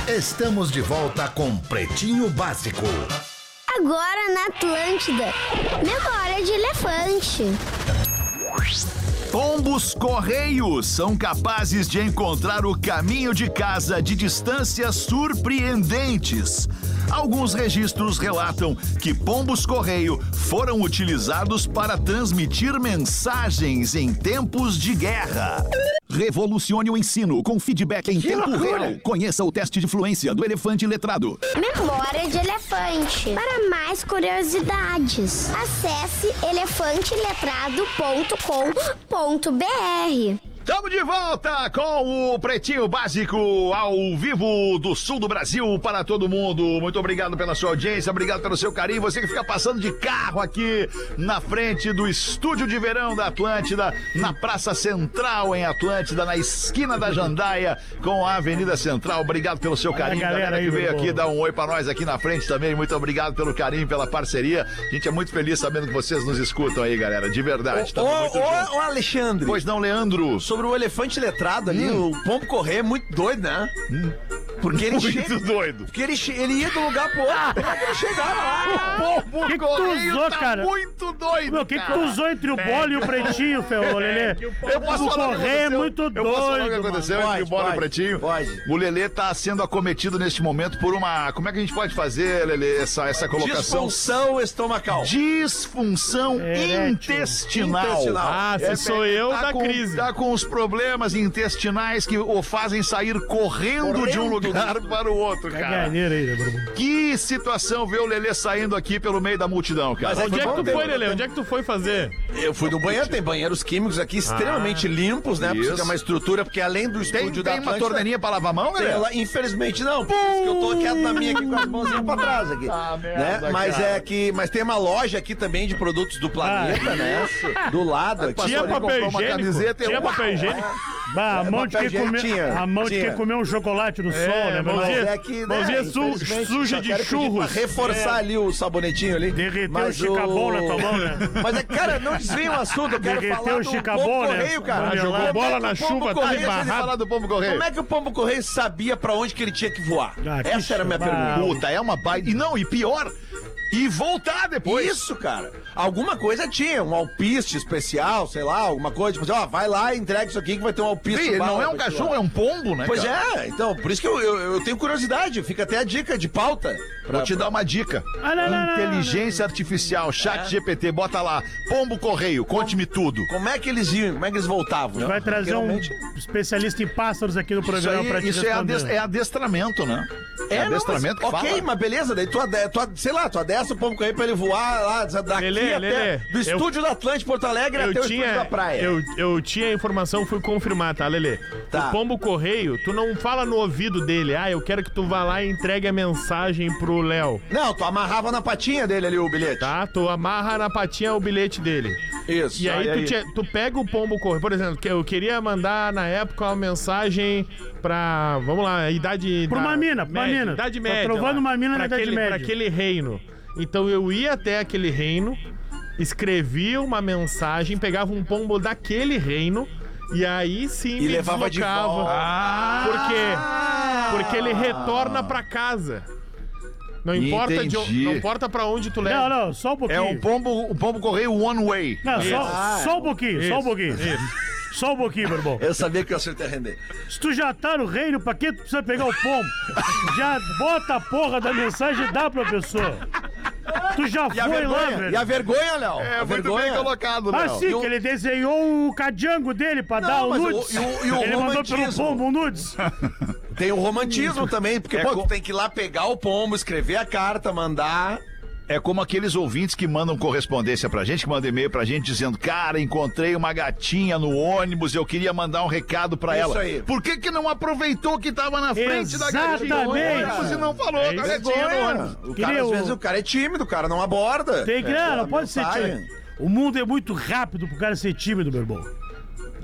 S3: Estamos de volta com Pretinho Básico.
S9: Agora na Atlântida. Memória de elefante.
S4: Pombos Correios são capazes de encontrar o caminho de casa de distâncias surpreendentes. Alguns registros relatam que pombos correio foram utilizados para transmitir mensagens em tempos de guerra. Revolucione o ensino com feedback em tempo real. Conheça o teste de fluência do elefante letrado.
S9: Memória de elefante. Para mais curiosidades, acesse elefanteletrado.com.br.
S4: Tamo de volta com o Pretinho Básico ao vivo do sul do Brasil para todo mundo. Muito obrigado pela sua audiência, obrigado pelo seu carinho. Você que fica passando de carro aqui na frente do estúdio de verão da Atlântida, na Praça Central em Atlântida, na esquina da Jandaia com a Avenida Central. Obrigado pelo seu carinho.
S6: galera
S4: Galera
S6: aí,
S4: que veio
S6: meu
S4: aqui
S6: bom.
S4: dar um oi pra nós aqui na frente também. Muito obrigado pelo carinho, pela parceria. A gente é muito feliz sabendo que vocês nos escutam aí, galera. De verdade.
S5: Ô,
S4: Tamo muito junto.
S5: ô, ô, Alexandre,
S4: Pois não, Leandro.
S5: sobre o elefante letrado ali, o pombo correr é muito doido, né? Porque ele chega,
S4: Hum. (laughs) Muito doido.
S5: porque ele, che- ele ia de um lugar pro outro, mas ele chegava lá.
S4: O
S6: que tu
S4: Correio
S6: usou,
S4: tá
S6: cara?
S4: muito doido,
S6: Meu, o que, que tu
S4: cara.
S6: usou entre o bolo e o pretinho, Ferro, Lelê?
S4: Eu posso
S6: o
S4: falar o que
S6: correr é
S4: aconteceu.
S6: muito
S4: Eu posso falar o que
S6: doido,
S4: aconteceu
S5: mano.
S4: entre o Bola e o
S5: Pode,
S4: Pretinho.
S5: pode.
S4: O Lelê tá sendo acometido neste momento por uma... Como é que a gente pode fazer, Lelê, essa, essa colocação?
S5: Disfunção estomacal.
S4: Disfunção
S6: Erétil.
S4: intestinal.
S5: Intestinal.
S7: Ah, se sou eu
S4: Tá
S7: da
S4: com,
S7: crise.
S4: Tá com os problemas intestinais que o fazem sair correndo, de um
S5: Correndo.
S4: lugar para o outro, cara.
S6: Caganeira aí, né, Bruno?
S4: Que situação ver o Lelê saindo aqui pelo meio da multidão, cara.
S5: Mas
S7: Onde é que tu
S5: Vamos
S7: foi,
S5: ver.
S7: Lelê? Onde é que tu foi fazer?
S4: né?
S5: Eu fui no banheiro, tem banheiros químicos aqui extremamente limpos, né?
S4: Ah. Isso.
S5: Precisa ter uma estrutura, porque além do
S4: Tem,
S5: estúdio da
S4: tem uma
S5: Atlântida,
S4: torneirinha pra lavar a né? mão,
S5: tem
S4: galera?
S5: ela- infelizmente não, por isso que eu tô quieto na minha aqui com as mãozinhas pra trás aqui.
S4: Ah,
S5: né?
S4: merda,
S5: mas
S4: cara. Ah,
S5: é que. Mas tem uma loja aqui também de produtos do planeta, né? Do lado aqui.
S7: Tinha
S4: ali,
S7: papel
S4: comprou uma
S7: higiênico?
S4: camiseta e-
S7: Tinha papel higiênico?
S6: Bah, a mão de
S5: papel
S6: quem
S5: higiênico
S6: comer,
S5: tinha,
S6: a mão de
S5: tinha.
S6: quem comer um chocolate no sol, né, meu
S5: Mas
S6: irmão?
S5: é que, né,
S7: mãozinha su-
S5: infelizmente,
S7: suja
S5: só
S7: de
S5: quero pedir pra
S7: churros.
S5: Reforçar ali o sabonetinho ali.
S6: Derreteu É. o
S5: Mas
S6: chicabol na tua mão, né?
S5: Mas, é, cara, não desvia o assunto, eu quero
S6: Derreteu
S5: falar
S6: o
S5: do
S6: chicabol,
S5: Pombo
S6: né?
S5: Correio, cara.
S7: Ah, jogou
S5: Como é
S7: bola
S5: que
S7: na
S5: o Pombo
S7: chuva,
S5: Correio-
S7: teve barrado.
S4: falar do Pombo Correio.
S5: Como é que o Pombo Correio sabia pra onde que ele tinha que voar?
S6: Ah,
S5: Essa era a minha
S6: bicho,
S5: pergunta.
S6: bah.
S4: Puta, é uma baita. E não, e pior, e voltar depois.
S5: Isso, cara. Alguma coisa tinha, um alpiste especial, sei lá, alguma coisa. Tipo, assim, ó, vai lá e entrega isso aqui que vai ter um alpiste.
S4: Sim, ele
S5: bala
S4: não é um
S5: pra te
S4: cachorro,
S5: lá.
S4: é um pombo, né?
S5: Pois
S4: cara?
S5: é, então, por isso que eu, eu, eu tenho curiosidade. Fica até a dica de pauta.
S4: Vou te dar uma dica.
S6: Ah, não, não, não,
S4: Inteligência artificial,
S5: É.
S4: chat GPT, bota lá. Pombo Correio, conte-me tudo.
S5: Como é que eles iam, como é que eles voltavam?
S6: Vai
S5: Porque
S6: trazer um
S5: realmente-
S6: especialista em pássaros aqui no
S4: Isso,
S6: programa
S4: aí-
S6: pra te
S4: isso é,
S6: responder.
S4: ades- é adestramento, né? É,
S5: É, não, mas-
S4: adestramento que
S5: Ok,
S4: fala.
S5: mas beleza, daí tu, ade- tu ade- sei lá, tu adestra o pombo correio pra ele voar lá da- daqui
S7: Lelê,
S5: até
S7: Lelê,
S5: do
S7: eu-
S5: estúdio da Atlântica Porto Alegre até
S7: Eu
S5: o estúdio da
S7: tinha,
S5: praia.
S7: eu, eu tinha a informação, fui confirmar, tá, Lelê?
S5: Tá.
S7: O pombo correio, tu não fala no ouvido dele, ah, eu quero que tu vá lá e entregue a mensagem pro Léo,
S5: Não, tu amarrava na patinha dele ali o bilhete.
S7: tá? Tu amarra na patinha o bilhete dele.
S5: Isso.
S7: E aí, tu, te- tu pega o pombo correio. Por exemplo, que eu queria mandar na época uma mensagem pra. Vamos lá, idade.
S6: Pra
S7: da-
S6: uma mina, pra uma
S7: média,
S6: mina.
S7: Idade
S6: Tô
S7: média.
S6: trovando
S7: lá.
S6: uma mina na
S7: Pra
S6: idade
S7: aquele-
S6: média.
S7: Pra aquele reino. Então eu ia até aquele reino, escrevia uma mensagem, pegava um pombo daquele reino. E aí sim
S5: E
S7: me
S5: levava de
S7: deslocava.
S5: volta.
S7: Por quê? Porque ele retorna pra casa. Não importa, de,
S4: Entendi.
S7: o- não importa pra onde tu leva.
S6: Não, não, só um pouquinho.
S4: É um pombo, o pombo correio one way.
S6: Não, só, só um pouquinho, só um
S7: Isso,
S6: pouquinho. Só um pouquinho, meu irmão.
S5: Eu sabia que eu acertei a render.
S6: Se tu já tá no reino, pra que tu precisa pegar o pombo? Já bota a porra da mensagem e dá pra pessoa. Tu já
S5: E a
S6: foi lá,
S5: vergonha, e
S6: velho.
S5: a vergonha, Léo?
S4: É,
S5: a
S4: muito
S5: vergonha.
S4: bem colocado, né?
S6: Ah,
S4: Léo.
S6: sim,
S5: E o-
S6: que ele desenhou o cadango dele pra dar o
S5: mas o-
S6: nudes.
S5: e o- e o
S6: ele mandou pelo
S5: romantismo.
S6: pombo
S4: (laughs)
S6: o nudes.
S5: Tem o romantismo também, porque
S4: É
S5: pô,
S4: co-
S5: tu tem que ir lá pegar o pombo, escrever a carta, mandar.
S4: É como aqueles ouvintes que mandam correspondência pra gente, que mandam e-mail pra gente dizendo: Cara, encontrei uma gatinha no ônibus, eu queria mandar um recado pra
S5: Isso
S4: ela.
S5: aí.
S4: Por que, que não aproveitou que tava na frente da gatinha no
S6: Exatamente.
S4: ônibus e não falou
S6: É
S4: com a gatinha no ônibus?
S5: O
S6: Que
S5: cara,
S6: nem
S5: às
S6: o-
S5: vezes, o cara é tímido, o cara não aborda.
S6: Tem
S4: É,
S6: que, não, não pode ser
S5: mensagem.
S6: tímido. O mundo é muito rápido pro cara ser tímido, meu irmão.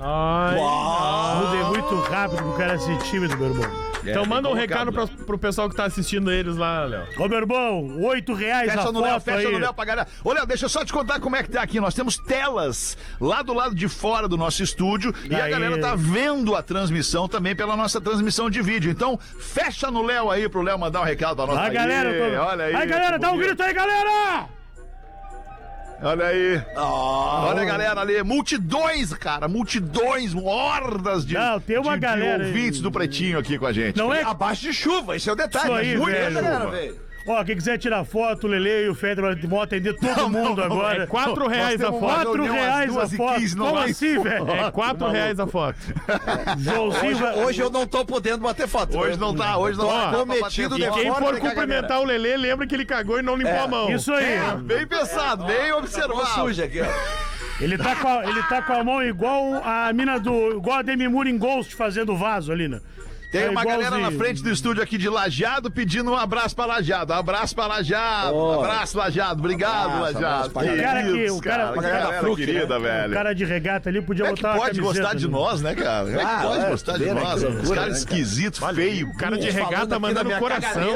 S6: O
S7: Ai,
S6: mundo
S4: Ah.
S6: é muito rápido pro cara ser tímido, meu irmão.
S5: É,
S7: Então
S4: bem
S7: manda um
S4: colocado.
S7: recado pra, pro pessoal que tá assistindo eles lá, Léo.
S6: Ô, meu irmão, oito reais a
S4: Fecha no Léo,
S6: foto
S4: fecha
S6: aí.
S4: no Léo pra galera. é Ô, Léo, deixa eu só te contar como é que tá aqui. Nós temos telas lá do lado de fora do nosso estúdio e a
S6: Aí.
S4: galera tá vendo a transmissão também pela nossa transmissão de vídeo. Então, fecha no Léo aí pro Léo mandar um recado pra nós.
S6: Vai,
S4: Aí,
S6: galera. eu tô-
S4: Olha aí.
S6: Vai, galera,
S4: que
S6: dá um
S4: bonito.
S6: grito aí, galera!
S4: Olha aí.
S5: Ah,
S4: Olha a galera ali, multidões, cara, multidões, hordas de,
S6: Não, tem
S4: de-
S6: uma
S4: de
S6: galera aí.
S4: ouvintes do Pretinho aqui com a gente.
S6: Não é
S5: abaixo de chuva, esse é o detalhe.
S6: Isso
S4: né?
S6: aí,
S5: Muita
S6: velho.
S5: galera, velho.
S6: Ó, quem quiser tirar foto, o Lele e o Federer vão atender todo mundo agora.
S7: É 4 reais a
S4: temos uma
S7: foto.
S6: Quatro
S4: reunião às
S6: reais a
S4: duas e
S6: foto.
S4: quinze, não
S6: Como
S4: vai-
S6: assim, velho?
S7: É 4 reais a foto.
S6: Joãozinho
S5: Hoje,
S6: vai...
S5: hoje eu não tô podendo bater foto.
S4: Hoje não tá, hoje não
S5: Tô
S4: tá.
S5: acometido
S7: E
S5: de
S7: quem
S5: fora,
S7: for
S5: tem que a galera-
S7: cumprimentar o Lelê, lembra que ele cagou e não limpou a mão.
S6: é Isso aí.
S4: Bem pensado, bem
S5: Tô
S4: observado.
S5: Tá sujo aqui, ó.
S4: é.
S6: Ele tá com a, ele tá com a mão igual a mina do. igual a Demi Moore em Ghost fazendo vaso ali, né?
S4: Tem
S6: É
S4: uma galera na
S6: igualzinho.
S4: frente do estúdio aqui de Lajado pedindo um abraço pra Lajado. Abraço pra Lajado.
S10: Ó.
S4: Abraço, Lajado. Obrigado,
S10: Abraço, abraço
S4: Lajado.
S10: pra
S4: Queridos,
S6: galera. O cara aqui, o cara-
S4: que
S6: a galera da
S4: galera
S10: Fruc, né?
S4: querida,
S6: O
S4: velho.
S6: cara de regata ali podia
S4: Como é que
S6: botar uma
S4: pode
S6: camiseta,
S4: gostar de
S6: né?
S4: nós, né, cara? Como é que
S10: Ah,
S4: pode
S10: é,
S4: gostar de
S10: pena,
S4: nós?
S10: que
S4: Os
S10: loucura, né,
S4: caras
S10: cara?
S4: esquisitos, feio.
S7: Cara de regata mandando coração.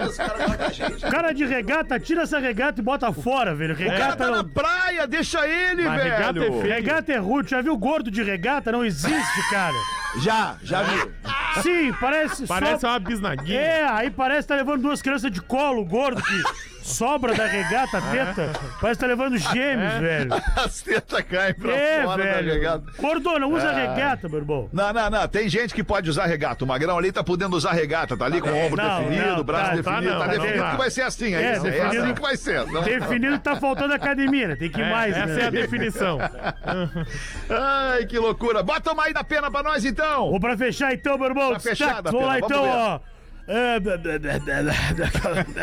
S6: O cara de regata, tira essa regata e bota fora, velho.
S4: O cara
S6: Regata
S4: tá na
S6: não.
S4: praia, deixa ele,
S7: Mas regata é
S4: velho.
S7: feio.
S6: Regata é rude, já viu gordo de regata? Não existe, cara.
S10: Já, já vi.
S6: Sim, parece.
S7: Parece
S6: só...
S7: uma bisnaguinha.
S6: É, aí parece que tá levando duas crianças de colo,
S4: (laughs)
S6: gordo, que sobra da regata, teta. Parece que tá levando gêmeos, velho.
S4: (laughs) As tetas caem É. pra
S6: É,
S4: fora né, da
S6: velho.
S4: regata. É.
S6: Gordo, não usa regata, meu irmão.
S4: Não, não, não. Tem gente que pode usar regata. O Magrão ali tá podendo usar regata. Tá ali com o ombro
S6: É, Não,
S4: definido,
S6: não,
S4: o braço
S6: tá, tá
S4: definido.
S7: não,
S4: Tá,
S7: tá,
S4: definido
S7: tá.
S4: que vai ser assim. É,
S6: É,
S4: isso, é
S6: definido-
S4: assim que vai ser. Não.
S6: Definido tá faltando academia, né? Tem que ir
S7: É,
S6: mais,
S7: essa é
S6: né?
S7: a definição.
S4: Ai, que loucura. Bota uma aí da pena pra nós, então.
S6: Ô, pra fechar então, meu irmão,
S4: Pra fechar, Datena,
S6: destaques. Vamos lá
S4: Tá vamos
S6: então,
S4: ver.
S6: ó. É, b- b- b- b-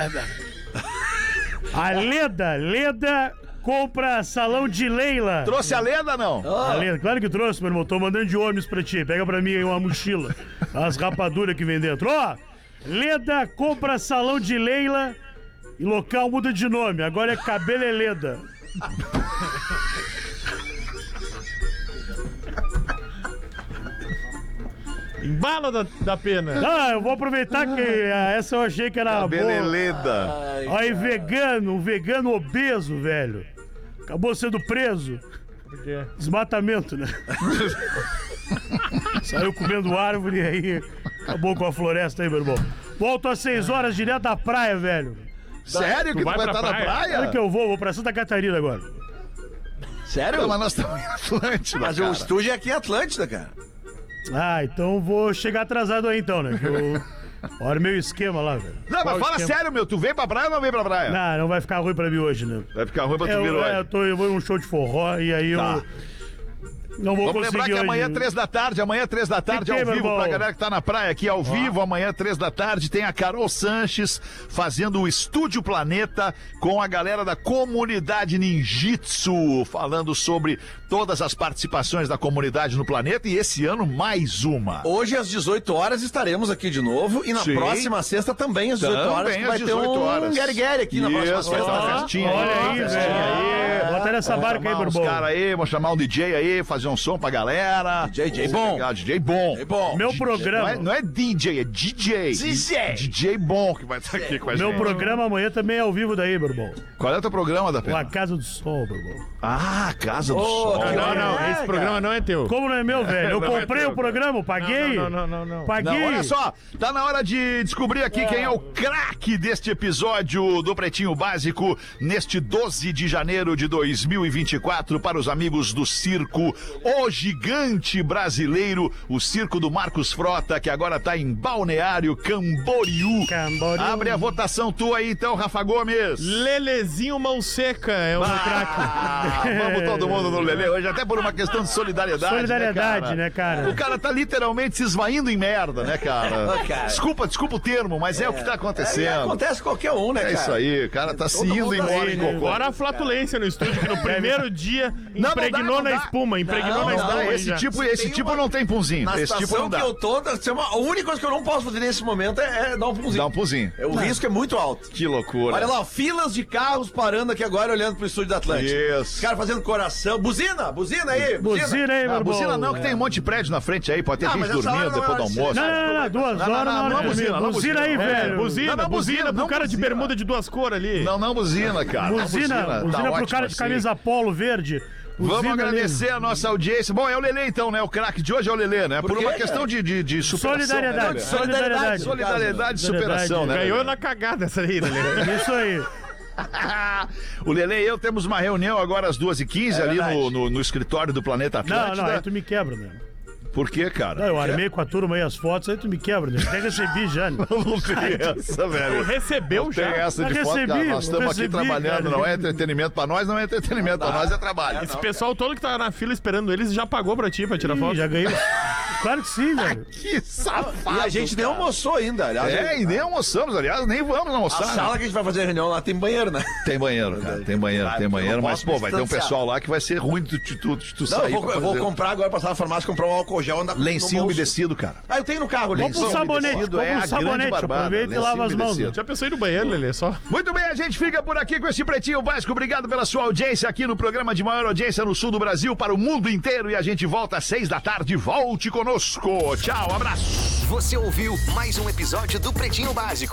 S6: (laughs) A Leda, Leda compra salão de Leila.
S4: Trouxe a é lenda, não?
S6: A Leda, claro que trouxe, meu irmão. Tô mandando de ônibus pra ti. Pega pra mim aí uma mochila. As rapaduras que vem dentro. Ó, Leda compra salão de Leila e local muda de nome. Agora é Cabeleleda.
S7: Embala da, da pena.
S6: Ah, eu vou aproveitar que ah, essa eu achei que era
S4: é
S6: boa.
S4: Beleleda.
S6: Aí, vegano, um vegano obeso, velho. Acabou sendo preso. Desmatamento, né? Saiu comendo árvore e aí acabou com a floresta aí, meu irmão. Volto às 6 horas direto da praia, velho.
S4: Sério que tu
S7: vai
S4: vai
S7: pra
S4: estar na
S7: praia?
S4: praia?
S6: Claro é que eu vou, vou pra Santa Catarina agora.
S10: Sério?
S4: Não, mas nós estamos em Atlântida,
S10: Mas o
S4: cara.
S10: estúdio é aqui em Atlântida, cara.
S6: Ah, então vou chegar atrasado aí então, né?
S4: (laughs)
S6: Que eu... Olha o meu esquema lá, velho.
S4: Não, mas fala sério, meu. Tu vem pra praia ou não vem pra praia?
S6: Não, não vai ficar ruim pra mim hoje, né?
S4: Vai ficar ruim pra tu
S6: Eu,
S4: vir
S6: é, eu,
S4: hoje.
S6: tô, eu vou em um show de forró e aí
S4: Tá.
S6: eu. Não vou
S4: Vamos
S6: conseguir
S4: lembrar que
S6: hoje.
S4: amanhã, é três da tarde, amanhã, é três da tarde,
S6: que ter,
S4: ao
S6: meu
S4: vivo,
S6: irmão. Ah.
S4: pra galera que tá na praia aqui, ao vivo, amanhã, é três da tarde, tem a Carol Sanches fazendo o Estúdio Planeta com a galera da comunidade Ninjitsu, falando sobre todas as participações da comunidade no planeta e esse ano mais uma.
S5: Hoje às 18 horas estaremos aqui de novo e na
S4: Sim.
S5: próxima sexta também às 18 horas
S4: Também
S5: que vai
S4: às
S5: ter
S4: 18 horas.
S5: um guerguer aqui na próxima
S4: Isso,
S5: sexta.
S4: faz uma né? festinha
S6: Olha aí,
S4: uma
S6: velho.
S4: festinha aí.
S6: Bota nessa barca aí,
S4: chamar uns
S6: Bourbon.
S4: caras aí, vou chamar um DJ aí, fazer um som pra galera.
S10: DJ
S4: Vamos
S10: bom.
S4: pegar DJ bom.
S10: É bom.
S6: Meu
S4: Não é,
S6: programa.
S4: não é DJ, é DJ.
S10: DJ.
S4: DJ bom que vai estar aqui com a
S6: Meu
S4: gente.
S6: programa amanhã também é ao vivo daí, meu irmão.
S4: Qual é o teu programa, da
S6: Com a
S4: Pena?
S6: Casa do Sol, meu irmão.
S4: Ah, Casa do
S10: Ô,
S4: Sol.
S10: que
S7: Não, não, esse programa não é teu.
S6: Como não
S4: (laughs)
S6: é meu, velho? Eu comprei o programa, paguei.
S7: Não, não, não, não, não.
S4: Não,
S6: Paguei.
S4: olha só, tá na hora de descobrir aqui quem é o craque deste episódio do Pretinho Básico neste 12 de janeiro de 2024 para os amigos do circo O Gigante Brasileiro, o circo do Marcos Frota, que agora tá em Balneário Camboriú.
S6: Camboriú.
S4: Abre a votação tua aí então, Rafa Gomes.
S7: Lelezinho Mão Seca é o meu craque.
S4: Ah, (laughs) vamos todo mundo no Lelê hoje, até por uma questão de solidariedade.
S6: Solidariedade,
S4: né,
S6: né,
S4: cara?
S6: cara?
S4: O cara tá literalmente se esvaindo em merda, né,
S10: (laughs)
S4: cara?
S10: Ô, cara.
S4: Desculpa, desculpa o termo, mas é, o que tá
S10: É,
S4: acontecendo.
S10: acontece com qualquer um, né,
S4: É,
S10: cara?
S4: isso aí, o cara tá se
S10: Todo
S4: indo
S10: mundo
S4: embora
S10: assim,
S4: em
S10: né?
S4: cocô.
S7: Fora a flatulência no estúdio, que no primeiro dia
S4: não
S7: impregnou
S4: dá, não
S7: na
S4: dá.
S7: espuma. Impregnou
S10: Não,
S7: na
S10: não,
S7: espuma.
S4: Não,
S7: aí
S4: esse
S7: já.
S4: tipo, esse
S10: Tem
S4: tipo
S10: uma-
S4: não tem punzinho.
S10: Na
S4: Esse tipo
S10: situação
S4: não dá.
S10: que eu tô, tá sendo uma- a única coisa que eu não posso fazer nesse momento é, é dar um pulzinho.
S4: Dá um punzinho.
S10: É, O risco é muito alto.
S4: Que loucura.
S10: Olha lá, ó, filas de carros parando aqui agora, olhando pro estúdio da Atlântica.
S4: Isso.
S10: Os caras fazendo coração. Buzina, buzina aí, buzina.
S6: Buzina aí, meu
S4: Ah,
S6: irmão.
S4: buzina não,
S6: é.
S4: que tem um monte de prédio na frente aí, pode ter
S10: Ah,
S4: gente
S10: mas essa hora
S4: dormindo
S10: não é
S4: depois do
S10: hora de-
S4: almoço.
S6: Não, não, não, não, duas
S4: Não, não,
S6: horas
S4: não,
S6: na hora
S4: não
S6: de
S4: é buzina,
S6: dormir.
S4: não é
S6: Buzina aí,
S4: buzina, não é
S6: velho.
S7: Buzina,
S4: Não, não,
S7: buzina,
S4: buzina,
S7: pro
S4: não,
S7: cara de
S4: buzina.
S7: bermuda de duas cores ali.
S4: Não, não, buzina, cara.
S6: Buzina,
S4: tá
S6: buzina pro
S4: ótimo
S6: cara de
S4: assim.
S6: camisa polo verde.
S4: Vamos
S6: Buzina ali.
S4: agradecer a nossa audiência. Bom, é o Lelê então, né? O craque de hoje é o Lelê, né? Por,
S10: quê,
S4: uma
S10: cara?
S4: questão de, de, de superação.
S6: Solidariedade,
S4: né, Lelê?
S6: solidariedade.
S4: Solidariedade e superação, né?
S7: Ganhou na cagada essa aí, Lele.
S6: Isso aí.
S4: (laughs) O Lelê e eu temos uma reunião agora às 2h15 ali no, no- no escritório do Planeta
S6: É Não,
S4: Atlântida.
S6: não, aí tu me quebra, né?
S4: Por quê,
S6: Não,
S4: cara?
S6: eu armei com a turma aí as fotos, aí tu me quebra, né? Até recebi
S4: (laughs)
S6: já, né?
S4: Não tem essa, velho.
S7: Recebeu
S4: Tem
S7: já.
S4: essa de
S6: Eu
S4: foto, cara.
S6: recebi,
S4: Nós estamos aqui
S6: recebi,
S4: trabalhando,
S6: cara.
S4: não é entretenimento pra nós, não é entretenimento pra nós, é trabalho.
S7: Esse pessoal todo que tá na fila esperando eles já pagou pra ti pra tirar
S6: Ih,
S7: foto.
S6: já ganhei. Claro que sim, velho.
S4: Que safado.
S5: E a gente nem almoçou ainda, aliás.
S4: É, e nem almoçamos, aliás, nem vamos
S5: A
S4: almoçar. né?
S5: sala que a gente vai fazer a reunião lá tem banheiro, né?
S4: Tem banheiro, cara. Tem banheiro, tem
S5: eu
S4: banheiro.
S5: não
S4: Mas,
S5: posso
S4: pô,
S5: me
S4: vai ter um
S5: distanciar.
S4: pessoal lá que vai ser ruim de tu, tu, tu, tu
S5: Não,
S4: sair.
S5: eu vou,
S4: pra
S5: eu vou
S4: fazer- um
S5: comprar agora, passar na farmácia, comprar um álcool gel, andar com
S4: Lencinho
S5: no bolso.
S4: umedecido, cara.
S5: Ah, eu tenho no carro, lencinho.
S6: um sabonete,
S4: umedecido é
S6: compra um
S4: a grande
S6: sabonete,
S4: barbada,
S6: aproveita e
S4: lencinho
S6: lava as mãos,
S4: umedecido.
S7: Já pensei no banheiro, Lelê, só.
S4: Muito bem, a gente fica por aqui com esse Pretinho Básico. Obrigado pela sua audiência aqui no programa de maior audiência no sul do Brasil para o mundo inteiro. E a gente volta às seis da tarde. Volte conosco. Tchau, abraço.
S1: Você ouviu mais um episódio do Pretinho Básico.